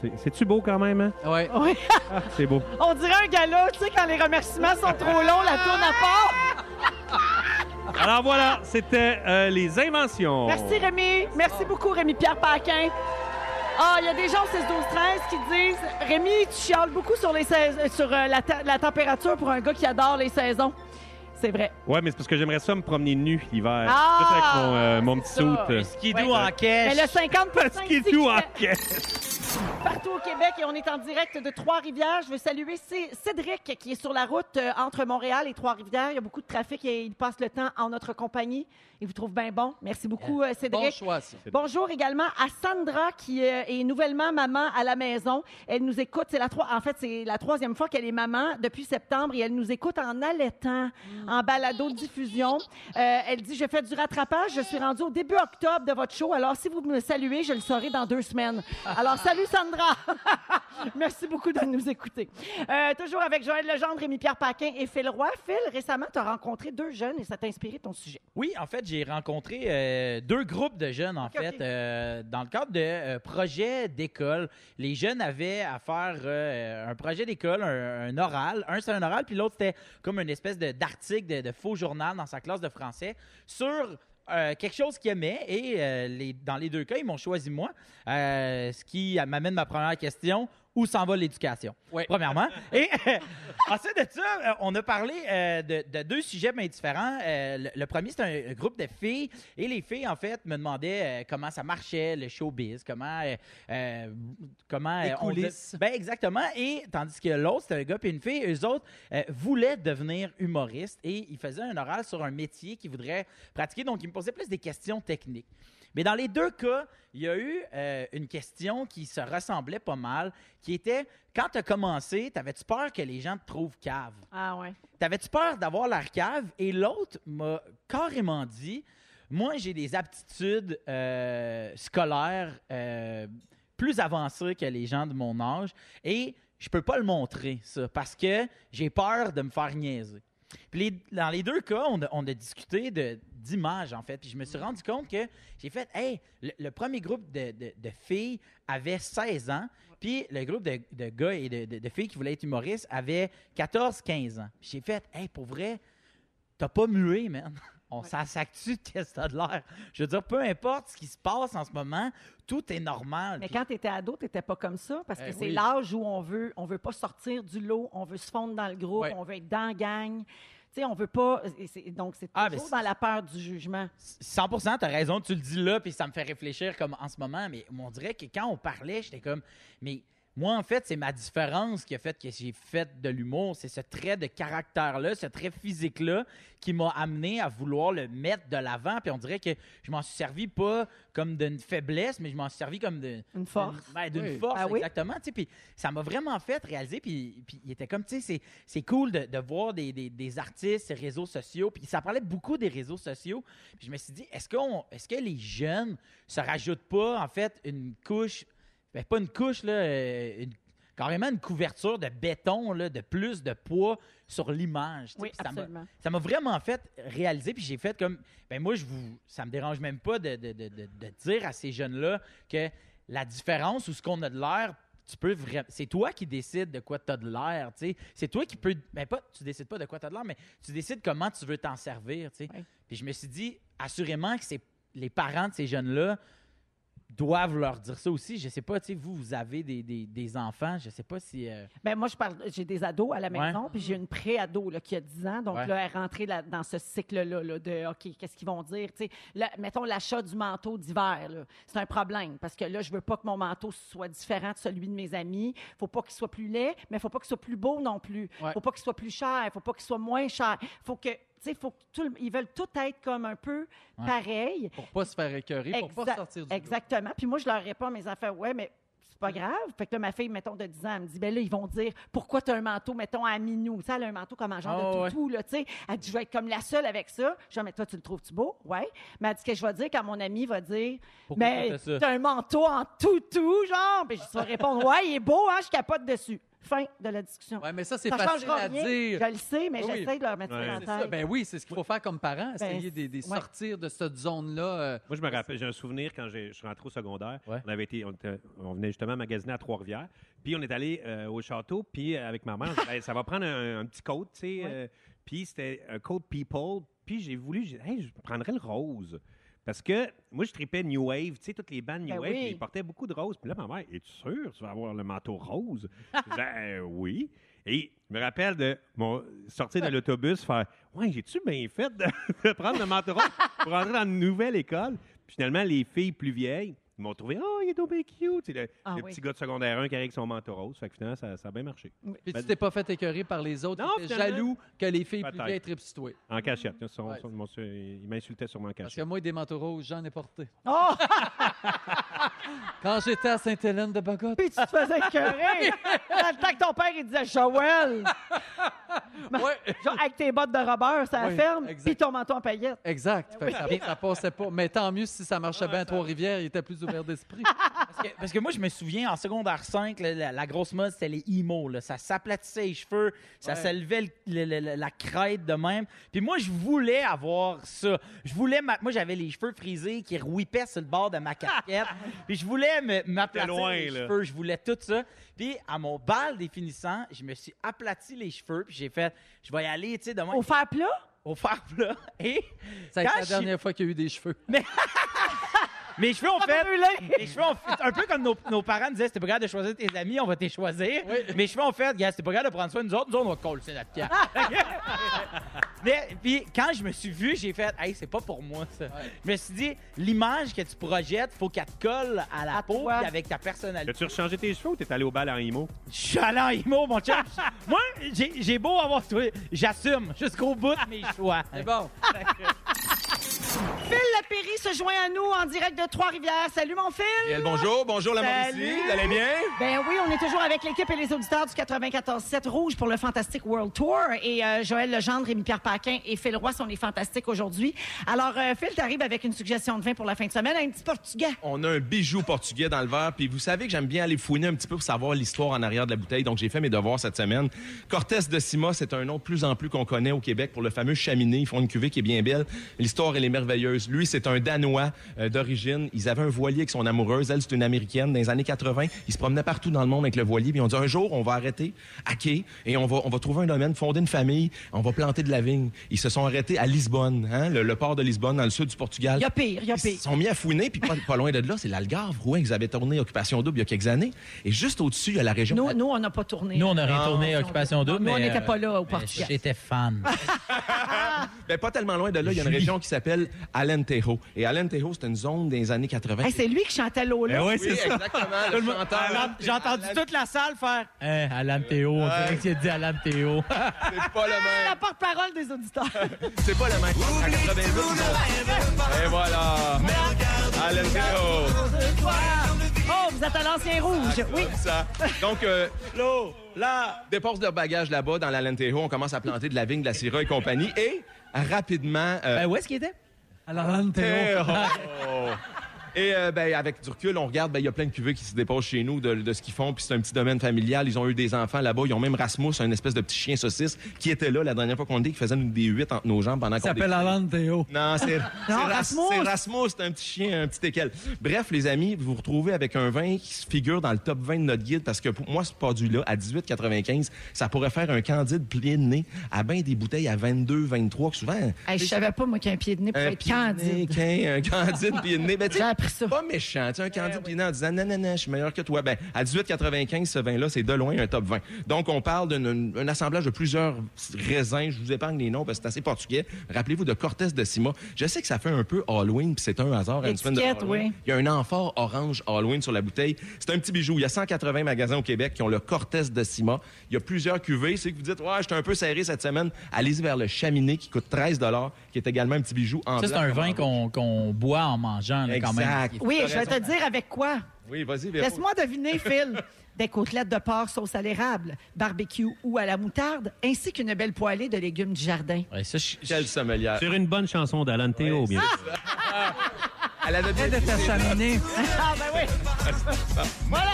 c'est- c'est-tu beau quand même, hein? Ouais. Oui. Ah, c'est [laughs] beau. On dirait un gala, tu sais, quand les remerciements sont trop longs, la tourne à part. Alors voilà, c'était euh, les inventions. Merci Rémi. Merci beaucoup Rémi Pierre Paquin. Ah, il y a des gens au 6 12 13 qui disent Rémi, tu chiales beaucoup sur les sais- euh, sur euh, la, ta- la température pour un gars qui adore les saisons. C'est vrai. Ouais, mais c'est parce que j'aimerais ça me promener nu l'hiver. Ah! Juste avec mon, euh, mon petit C'est ça. soute. Skidoo en caisse. Mais le 50 Eh, [laughs] Parce qu'il ici joue qui en fait- caisse. partout au Québec et on est en direct de Trois-Rivières. Je veux saluer C- Cédric qui est sur la route euh, entre Montréal et Trois-Rivières. Il y a beaucoup de trafic et il passe le temps en notre compagnie. Il vous trouve bien bon. Merci beaucoup, euh, Bon Cédric. choix, ça. Bonjour également à Sandra qui euh, est nouvellement maman à la maison. Elle nous écoute. C'est la trois- En fait, c'est la troisième fois qu'elle est maman depuis septembre et elle nous écoute en allaitant, en balado diffusion. Euh, elle dit je fais du rattrapage. Je suis rendue au début octobre de votre show. Alors si vous me saluez, je le saurai dans deux semaines. Alors salut Sandra. [laughs] Merci beaucoup de nous écouter. Euh, toujours avec Joël Legendre, Rémi Pierre Paquin et Phil Roy. Phil, récemment, tu as rencontré deux jeunes et ça t'a inspiré ton sujet. Oui, en fait, j'ai rencontré euh, deux groupes de jeunes, en Ok, fait, ok. euh, dans le cadre de euh, projets d'école. Les jeunes avaient à faire euh, un projet d'école, un, un oral. Un, c'est un oral, puis l'autre, c'était comme une espèce de- d'article, de, de faux journal dans sa classe de français sur euh, quelque chose qu'ils aimaient. Et euh, les- dans les deux cas, ils m'ont choisi moi, Euh, ce qui m'amène ma première question. Où s'en va l'éducation? Ouais. Premièrement. [laughs] Et ensuite de ça, euh, on a parlé euh, de, de deux sujets bien différents. Euh, le, le premier, c'est un, un groupe de filles. Et les filles, en fait, me demandaient euh, comment ça marchait, le showbiz, comment... euh, euh, comment Les euh, on- coulisses. ben exactement. Et tandis que l'autre, c'était un gars et une fille, eux autres euh, voulaient devenir humoristes et ils faisaient un oral sur un métier qu'ils voudraient pratiquer. Donc, ils me posaient plus des questions techniques. Mais dans les deux cas, il y a eu euh, une question qui se ressemblait pas mal, qui était quand tu as commencé, t'avais-tu peur que les gens te trouvent cave? Ah ouais. T'avais-tu peur d'avoir l'air cave? Et l'autre m'a carrément dit Moi, j'ai des aptitudes euh, scolaires euh, plus avancées que les gens de mon âge et je peux pas le montrer, ça, parce que j'ai peur de me faire niaiser. Puis les- dans les deux cas, on a, on a discuté de- d'images, en fait. Puis je me suis rendu compte que j'ai fait Hey, le, le premier groupe de, de- de filles avait 16 ans, puis le groupe de, de gars et de, de- de filles qui voulaient être humoristes avait 14-15 ans. Puis j'ai fait Hey, pour vrai, t'as pas mué, man. [laughs] On s'en s'actue de qu'est-ce que t'as de l'air. Je veux dire, peu importe ce qui se passe en ce moment, tout est normal. Mais Puis- quand tu étais ado, tu n'étais pas comme ça parce que Eh c'est oui. l'âge où on veut, on veut pas sortir du lot, on veut se fondre dans le groupe, Ouais. on veut être dans la gang. Tu sais, on veut pas. et c'est- Donc, c'est Ah, toujours mais dans la peur du jugement. 100 t'as raison, tu le dis là, puis ça me fait réfléchir comme en ce moment, mais on dirait que quand on parlait, j'étais comme, mais moi, en fait, c'est ma différence qui a fait que j'ai fait de l'humour, c'est ce trait de caractère-là, ce trait physique-là qui m'a amené à vouloir le mettre de l'avant, puis on dirait que je m'en suis servi pas comme d'une faiblesse, mais je m'en suis servi comme de, Une force. d'une- ben, d'une Oui. force, Ah oui? exactement. tu sais, Puis ça m'a vraiment fait réaliser. Puis, puis il était comme, tu sais, c'est- c'est cool de, de voir des, des- des artistes, ces réseaux sociaux. Puis ça parlait beaucoup des réseaux sociaux. Puis je me suis dit, est-ce est que les jeunes se rajoutent pas, en fait, une couche, ben, pas une couche, là, euh, une- carrément une couverture de béton, là, de plus de poids sur l'image. tu sais, Oui, puis ça m'a- absolument. ça m'a vraiment fait réaliser, puis j'ai fait comme, ben moi, je vous, ça me dérange même pas de, de- de- de- de dire à ces jeunes-là que la différence ou ce qu'on a de l'air, tu peux vra- c'est toi qui décides de quoi tu as de l'air, tu sais. C'est toi qui peux, ben pas, tu décides pas de quoi tu as de l'air, mais tu décides comment tu veux t'en servir, tu sais. Ouais. Puis je me suis dit, assurément que c'est les parents de ces jeunes-là doivent leur dire ça aussi. Je sais pas, tu sais, vous, vous avez des, des- des enfants, je sais pas si... euh, Ben, moi, je parle, j'ai des ados à la Ouais. maison, puis j'ai une pré-ado là, qui a 10 ans. Donc, Ouais. là, elle est rentrée là, dans ce cycle-là là, de OK, qu'est-ce qu'ils vont dire? Tu sais, là, mettons l'achat du manteau d'hiver. là, C'est un problème parce que là, je veux pas que mon manteau soit différent de celui de mes amis. faut pas qu'il soit plus laid, mais faut pas qu'il soit plus beau non plus. Ouais. faut pas qu'il soit plus cher. faut pas qu'il soit moins cher. faut que. tu sais, faut que tout le- ils veulent tout être comme un peu Ouais. pareil. Pour pas se faire écœurer, pour pas Exact- sortir du lot. Mm-hmm. Exactement. Puis moi, je leur réponds à mes enfants, ouais, mais c'est pas grave. Fait que là, ma fille, mettons, de 10 ans, elle me dit, ben là, ils vont dire, pourquoi t'as un manteau, mettons, à minou? Tu sais, elle a un manteau comme un genre Ah, de toutou, là, tu sais. Elle dit, je vais être comme la seule avec ça. Je dis, mais toi, tu le trouves-tu beau? Ouais. Mais elle dit, qu'est-ce que je vais dire quand mon ami va dire, Pourquoi mais t'as ça? t'as un manteau en toutou, genre? Puis je vais répondre, ouais, il est beau, hein, je capote dessus. Fin de la discussion. Ouais, mais ça, c'est ça facile changera à rien. dire. Je le sais, mais Oui, oui. j'essaie de leur mettre Ouais. ça dans C'est la ça. tête. Ben oui, Ben, c'est ce qu'il faut faire comme parent, essayer de, de ouais. sortir de cette zone-là. euh, Moi, je me rappelle, j'ai un souvenir quand j'ai- je suis rentré au secondaire. Ouais. On avait été, on, était- on venait justement magasiner à Trois-Rivières. Puis on est allé euh, au château, puis euh, avec ma mère, on dit, Hey, ça va prendre un, un petit coat, tu sais. euh, puis c'était un coat people. Puis j'ai voulu, j'ai dit, Hey, je prendrais le rose. Parce que moi, je tripais New Wave, tu sais, toutes les bandes New Ben Wave, oui. puis ils portaient beaucoup de rose. Puis là, ma mère, es-tu sûr tu vas avoir le manteau rose? [laughs] Je disais, Euh, oui. Et je me rappelle de mon sortir de l'autobus, faire Ouais, j'ai-tu bien [laughs] fait de, de prendre le manteau rose pour rentrer dans une nouvelle école? Puis finalement, les filles plus vieilles Ils m'ont trouvé, oh, il est donc bien cute. Le, Ah le oui. petit gars de secondaire 1 qui arrive avec son manteau rose. Fait que finalement, ça, ça a bien marché. Puis Ben- tu t'es pas fait écœurer par les autres. Non, T'étais finalement. jaloux que les filles plus Peut-être. vieilles tripent sur toi. En cachette. Ils sont- Mm-hmm. Ouais. sont- mon- ils m'insultaient sûrement en Parce que cachette. moi, des manteaux roses, j'en ai porté. Oh! Quand j'étais à Sainte-Hélène de Bagotte, Puis tu te faisais écœurer. Dans le temps que ton père, il disait Joël. Ouais. Genre, avec tes bottes de robeur, ça Oui, ferme. exact. Puis ton manteau en paillettes. Exact. Fait que ça, ça passait pas. Mais tant mieux si Ben ça marchait bien à Trois-Rivières, il était plus ouvert [laughs] d'esprit. Parce que, Eh, parce que moi, je me souviens, en secondaire 5, la, la- la grosse mode, c'était les emo. là. Ça s'aplatissait les cheveux, ça s'élevait le- le- le- le- la crête de même. Puis moi, je voulais avoir ça. Je voulais... ma- Moi, j'avais les cheveux frisés qui rouipaient sur le bord [laughs] de ma casquette. Puis je voulais me- m'aplatir loin, les là. cheveux. Je voulais tout ça. Puis à mon bal des finissants, je me suis aplati les cheveux. Puis j'ai fait... Je vais y aller, tu sais, demain, Au fer plat? au fer plat. Et Ça a été quand la je- dernière Ah, fois qu'il y a eu des cheveux. mes cheveux ont fait... Brûlé. Mes cheveux ont fait- un peu comme nos, nos parents disaient, c'était pas grave de choisir tes amis, on va t'y choisir. Mes cheveux ont fait, gars, c'était pas grave de prendre soin de nous autres, nous autres, on va coller c'est notre [laughs] pierre. Mais puis quand je me suis vu, j'ai fait, hey, c'est pas pour moi ça. Je me suis dit, l'image que tu projettes, faut qu'elle te colle à la À peau toi. puis avec ta personnalité. As-tu rechangé tes cheveux ou t'es allé au bal en IMO? Je suis allé en IMO, mon [laughs] chum. moi, j'ai j'ai beau avoir toi, j'assume jusqu'au bout mes choix. C'est bon. Phil Lapéry se joint à nous en direct de Trois-Rivières. Salut, mon Phil! bonjour, bonjour la Salut. Mauricie. Vous allez bien? Ben oui, on est toujours avec l'équipe et les auditeurs du 94-7 Rouge pour le Fantastic World Tour. Et euh, Joël Legendre, Rémi-Pierre Paquin et Phil Roy sont les fantastiques aujourd'hui. Alors, euh, Phil, t'arrives avec une suggestion de vin pour la fin de semaine, un petit portugais. On a un bijou portugais dans le verre, puis vous savez que j'aime bien aller fouiner un petit peu pour savoir l'histoire en arrière de la bouteille, donc j'ai fait mes devoirs cette semaine. Cortés de Sima, c'est un nom de plus en plus qu'on connaît au Québec pour le fameux chaminé. Ils font une cuvée qui est bien belle. L'histoire, elle est merveilleuse. Lui, c'est un Danois euh, d'origine. Ils avaient un voilier avec son amoureuse. Elle, c'est une Américaine dans les années 80. Ils se promenaient partout dans le monde avec le voilier, puis on dit un jour, on va arrêter, hacker, et on va, on va trouver un domaine, fonder une famille, on va planter de la vigne. Ils se sont arrêtés à Lisbonne, hein, le, le port de Lisbonne, dans le sud du Portugal. Y a pire, y a Ils pire. se sont mis à fouiner, puis pas, pas loin de là, c'est l'Algarve, Rouen, qu'ils avaient tourné Occupation Double il y a quelques années. Et juste au-dessus, il y a la région. Nous, nous, on n'a pas tourné. Nous, on aurait tourné non, Occupation Double, nous, on mais, euh, n'était pas là au mais Portugal. J'étais [laughs] fan. Ben, pas tellement loin de là, il y a une région qui s'appelle Alentejo. Et Alentejo, c'est une zone des années 80. Hey, c'est lui qui chantait Lola. oui, c'est ça. Exactement, le Ah, chanteur. Alan- J'ai entendu toute la salle faire Hein, Alan Théo, on dirait que tu as dit Alan Théo. Ah, C'est pas le La même. porte-parole des auditeurs. C'est pas le même. En 88, ils sont- Et voilà. Alentejo. [laughs] Oh, vous êtes à l'ancien rouge. Oui. Comme ça. Donc, euh, là, dépense de bagages là-bas dans l'Alentejo. On commence à planter de la vigne, de la syrah et compagnie. Et rapidement, euh, Ben, où est-ce qu'il était? Oh. Et euh, ben, avec du recul, on regarde, ben, il y a plein de cuvées qui se déposent chez nous de, de ce qu'ils font. Puis c'est un petit domaine familial. Ils ont eu des enfants là-bas. Ils ont même Rasmus, un espèce de petit chien saucisse, qui était là la dernière fois qu'on dit qu'il faisait nous des huit entre nos jambes pendant qu'on découvrait. Alan Théo. Non, c'est c'est Ras- Rasmus. c'est Rasmus, c'est un petit chien, un petit équel. Bref, les amis, vous vous retrouvez avec un vin qui se figure dans le top 20 de notre guide parce que pour moi, ce produit-là, à 18,95, ça pourrait faire un candide plié de nez à bien des bouteilles à 22, 23, que souvent. Hey, je savais pas, moi, qu'un pied de nez pouvait Un être pied de nez, candide. [laughs] qu'un- un candide pied de nez. Ben, tu sais, J'ai appris ça. Pas méchant. Tu sais, un candide pied de nez en disant non, non, non, je suis meilleur que toi. Ben, à 18,95, ce vin-là, c'est de loin un top 20. Donc, on parle d'un un assemblage de plusieurs raisins. Je vous épargne les noms parce que c'est assez portugais. Rappelez-vous de Cortés de Sima. Je sais que ça fait un peu Halloween, puis c'est un hasard. à une semaine de L'étiquette, Halloween. oui. Il y a un amphore orange Halloween sur la bouteille. C'est un petit bijou. Il y a 180 magasins au Québec qui ont le Cortez de Sima. Il y a plusieurs cuvées. C'est que vous dites, ouais, j'étais un peu serré cette semaine. Allez-y vers le Chaminé qui coûte 13 qui est également un petit bijou en Ça, c'est blanc. un vin qu'on qu'on boit en mangeant, là, quand même. Exact. Oui, je vais te dire avec quoi. Oui, vas-y, Véro. Laisse-moi deviner, Phil. Des côtelettes de porc sauce à l'érable, barbecue ou à la moutarde, ainsi qu'une belle poêlée de légumes du jardin. Ouais, ça, je- Quelle sommelière. Euh, Sur une bonne chanson d'Alan Théo, bien sûr. Elle avait bien de ta cheminée. Ah, ben oui! voilà!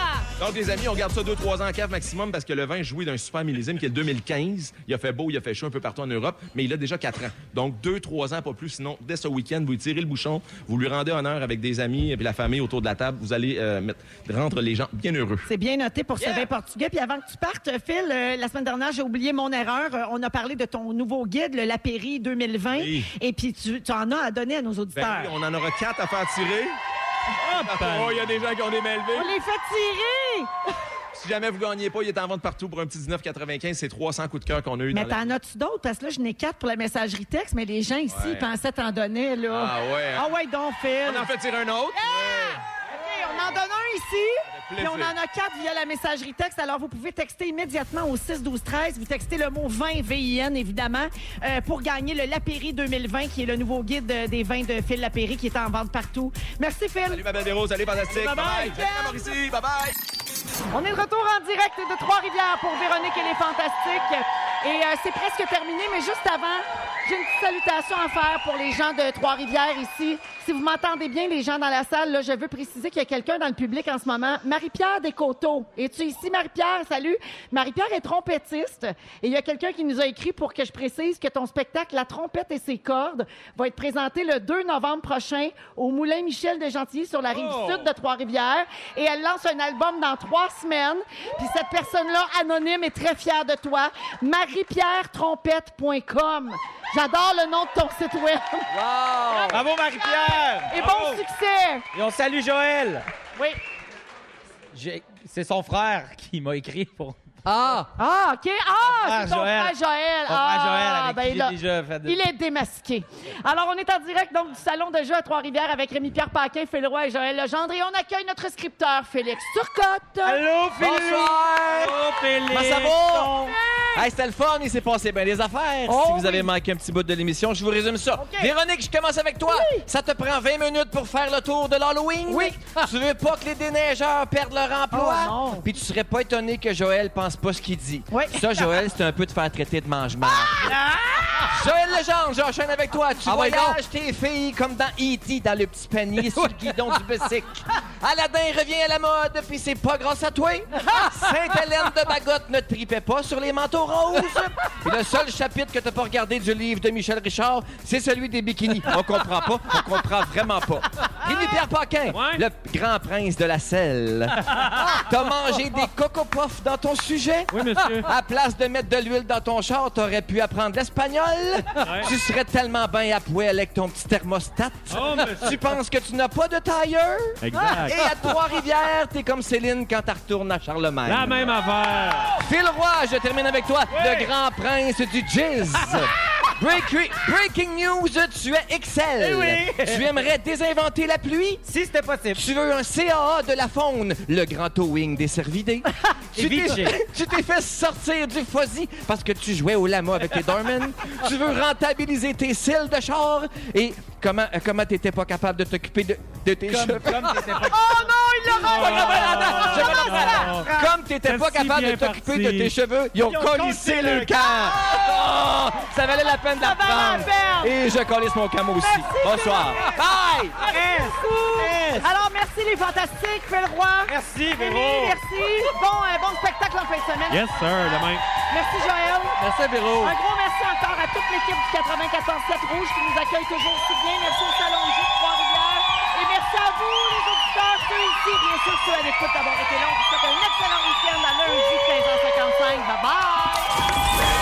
Donc, les amis, on garde ça 2-3 ans en cave maximum parce que le vin jouit d'un super millésime qui est le 2015. Il a fait beau, il a fait chaud un peu partout en Europe, mais il a déjà 4 ans. Donc, 2-3 ans, pas plus. Sinon, dès ce week-end, vous lui tirez le bouchon, vous lui rendez honneur avec des amis et puis la famille autour de la table. Vous allez euh, mettre- rendre les gens bien heureux. C'est bien noté pour ce vin portugais. Puis avant que tu partes, Phil, euh, la semaine dernière, j'ai oublié mon erreur. Euh, on a parlé de ton nouveau guide, le Lapéry 2020. Oui. Et puis tu, tu en as à donner à nos Ben auditeurs. oui, on en aura 4 à faire tirer. Oh, il y a des gens qui ont des mains levées. on... les fait tirer! Si jamais vous gagnez pas, il est en vente partout pour un petit 19,95. C'est 300 coups de cœur qu'on a eu Mais dans la- t'en as-tu d'autres? Parce que là, je n'ai quatre pour la messagerie texte, mais les gens ici Ouais. pensaient t'en donner, là. Ah ouais, hein? Ah ouais, donc, Phil. On en fait tirer un autre. OK, ici. plaisir. Et on en a quatre via la messagerie texte. Alors, vous pouvez texter immédiatement au 6 12 13. Vous textez le mot 20 VIN, évidemment, euh, pour gagner le Lapéry 2020, qui est le nouveau guide euh, des vins de Phil Lapéry, qui est en vente partout. Merci, Phil. Salut, ma belle Véro, salut, fantastique. Bye-bye, Bye-bye. Ken. Salut, la Mauricie. Bye-bye. On est de retour en direct de Trois-Rivières pour Véronique et les Fantastiques. Et euh, c'est presque terminé, mais juste avant, j'ai une petite salutation à faire pour les gens de Trois-Rivières ici. Si vous m'entendez bien, les gens dans la salle, là, je veux préciser qu'il y a quelqu'un dans le public en ce moment. Marie-Pierre Descoteaux. Es-tu ici, Marie-Pierre? Salut. Marie-Pierre est trompettiste. Et il y a quelqu'un qui nous a écrit pour que je précise que ton spectacle La trompette et ses cordes va être présenté le 2 novembre prochain au Moulin Michel de Gentilly sur la rive sud de Trois-Rivières. Et elle lance un album dans trois semaines. Puis cette personne-là, anonyme, est très fière de toi. MariePierreTrompette.com. J'adore le nom de ton site web. Bravo, Marie-Pierre! Et Bravo. bon succès! Et on salue Joël! Oui. J'ai- C'est son frère qui m'a écrit pour. Ah! Ah, OK. Ah, c'est Frère ton Joël. frère Joël. Mon ah, frère Joël, avec ben qui il a- j'ai déjà fait de- Il est démasqué. Alors, on est en direct donc du salon de jeu à Trois-Rivières avec Rémi-Pierre Paquin, Féleroy et Joël Legendre. Et on accueille notre scripteur, Félix Turcotte. Allô, Félix! Bonsoir! Allô, Félix! Comment ça va? Hey, c'était le fun, il s'est passé bien des affaires. Oh si vous avez oui. manqué un petit bout de l'émission, je vous résume ça. Véronique, je commence avec toi. Ça te prend 20 minutes pour faire le tour de l'Halloween? Oui. Tu veux pas que les déneigeurs perdent leur emploi? Oh, non. Puis tu serais pas étonné que Joël pense pas ce qu'il dit. Oui. Ça, Joël, c'est un peu de faire traiter de mange-marde. Joël Legendre, j'enchaîne avec toi. Tu Ah, ouais, voyages tes filles comme dans E.T. dans le petit panier sur le guidon du bicycle. Aladdin revient à la mode, puis c'est pas grâce à toi. Sainte-Hélène de Bagotte ne tripait pas sur les manteaux roses. Et le seul chapitre que t'as pas regardé du livre de Michel Richard, c'est celui des bikinis. On comprend pas, on comprend vraiment pas. Rémi-Pierre Paquin, Ouais. le grand prince de la selle. T'as mangé des coco puffs dans ton sujet? Oui, monsieur. [laughs] À place de mettre de l'huile dans ton char, t'aurais pu apprendre l'espagnol. Tu serais tellement bien à poil avec ton petit thermostat. Oh, monsieur. Tu penses que tu n'as pas de tailleur? Exact. Et à Trois-Rivières, t'es comme Céline quand t'as retournes à Charlemagne. La même affaire. Phil Roy, je termine avec toi, le grand prince du [laughs] jizz. Break- breaking news, tu es Eh Excel. oui. Tu aimerais désinventer la pluie? Si c'était [laughs] possible. Tu veux un CAA de la faune, le grand towing des cervidés. tu t'es Évigé. tu t'es fait sortir du fuzzy parce que tu jouais au lama avec tes dormants. tu veux rentabiliser tes cils de char et comment euh, comment t'étais pas capable de t'occuper de, de tes cheveux. Oh, Comme [laughs] t'étais pas- Oh, Pas capable, attends, je vais reprendre. Comme t'étais pas Celle-ci capable de bien t'occuper de partie. tes cheveux, ils ont Ils ont collissé collissé le le camp. Oh, ça valait la peine de la valait la prendre. Et je collisse mon cam aussi. Bonsoir. Bye! Yes! Alors, merci les Fantastiques, Féleroy. Merci, Rémi, Véro! merci. Bon, euh, bon spectacle en fin de semaine. Yes, sir, demain. Merci, Joël. Merci, Véro. Un gros merci encore à toute l'équipe du 94-7 Rouge qui nous accueille toujours si bien. Merci au Salon de Jeux de Trois-Rivières. Et merci à vous, les auditeurs, ceux ici, bien sûr, ceux à l'écoute d'avoir été là. On vous souhaite un excellent week-end à lundi, 15h55. Bye-bye!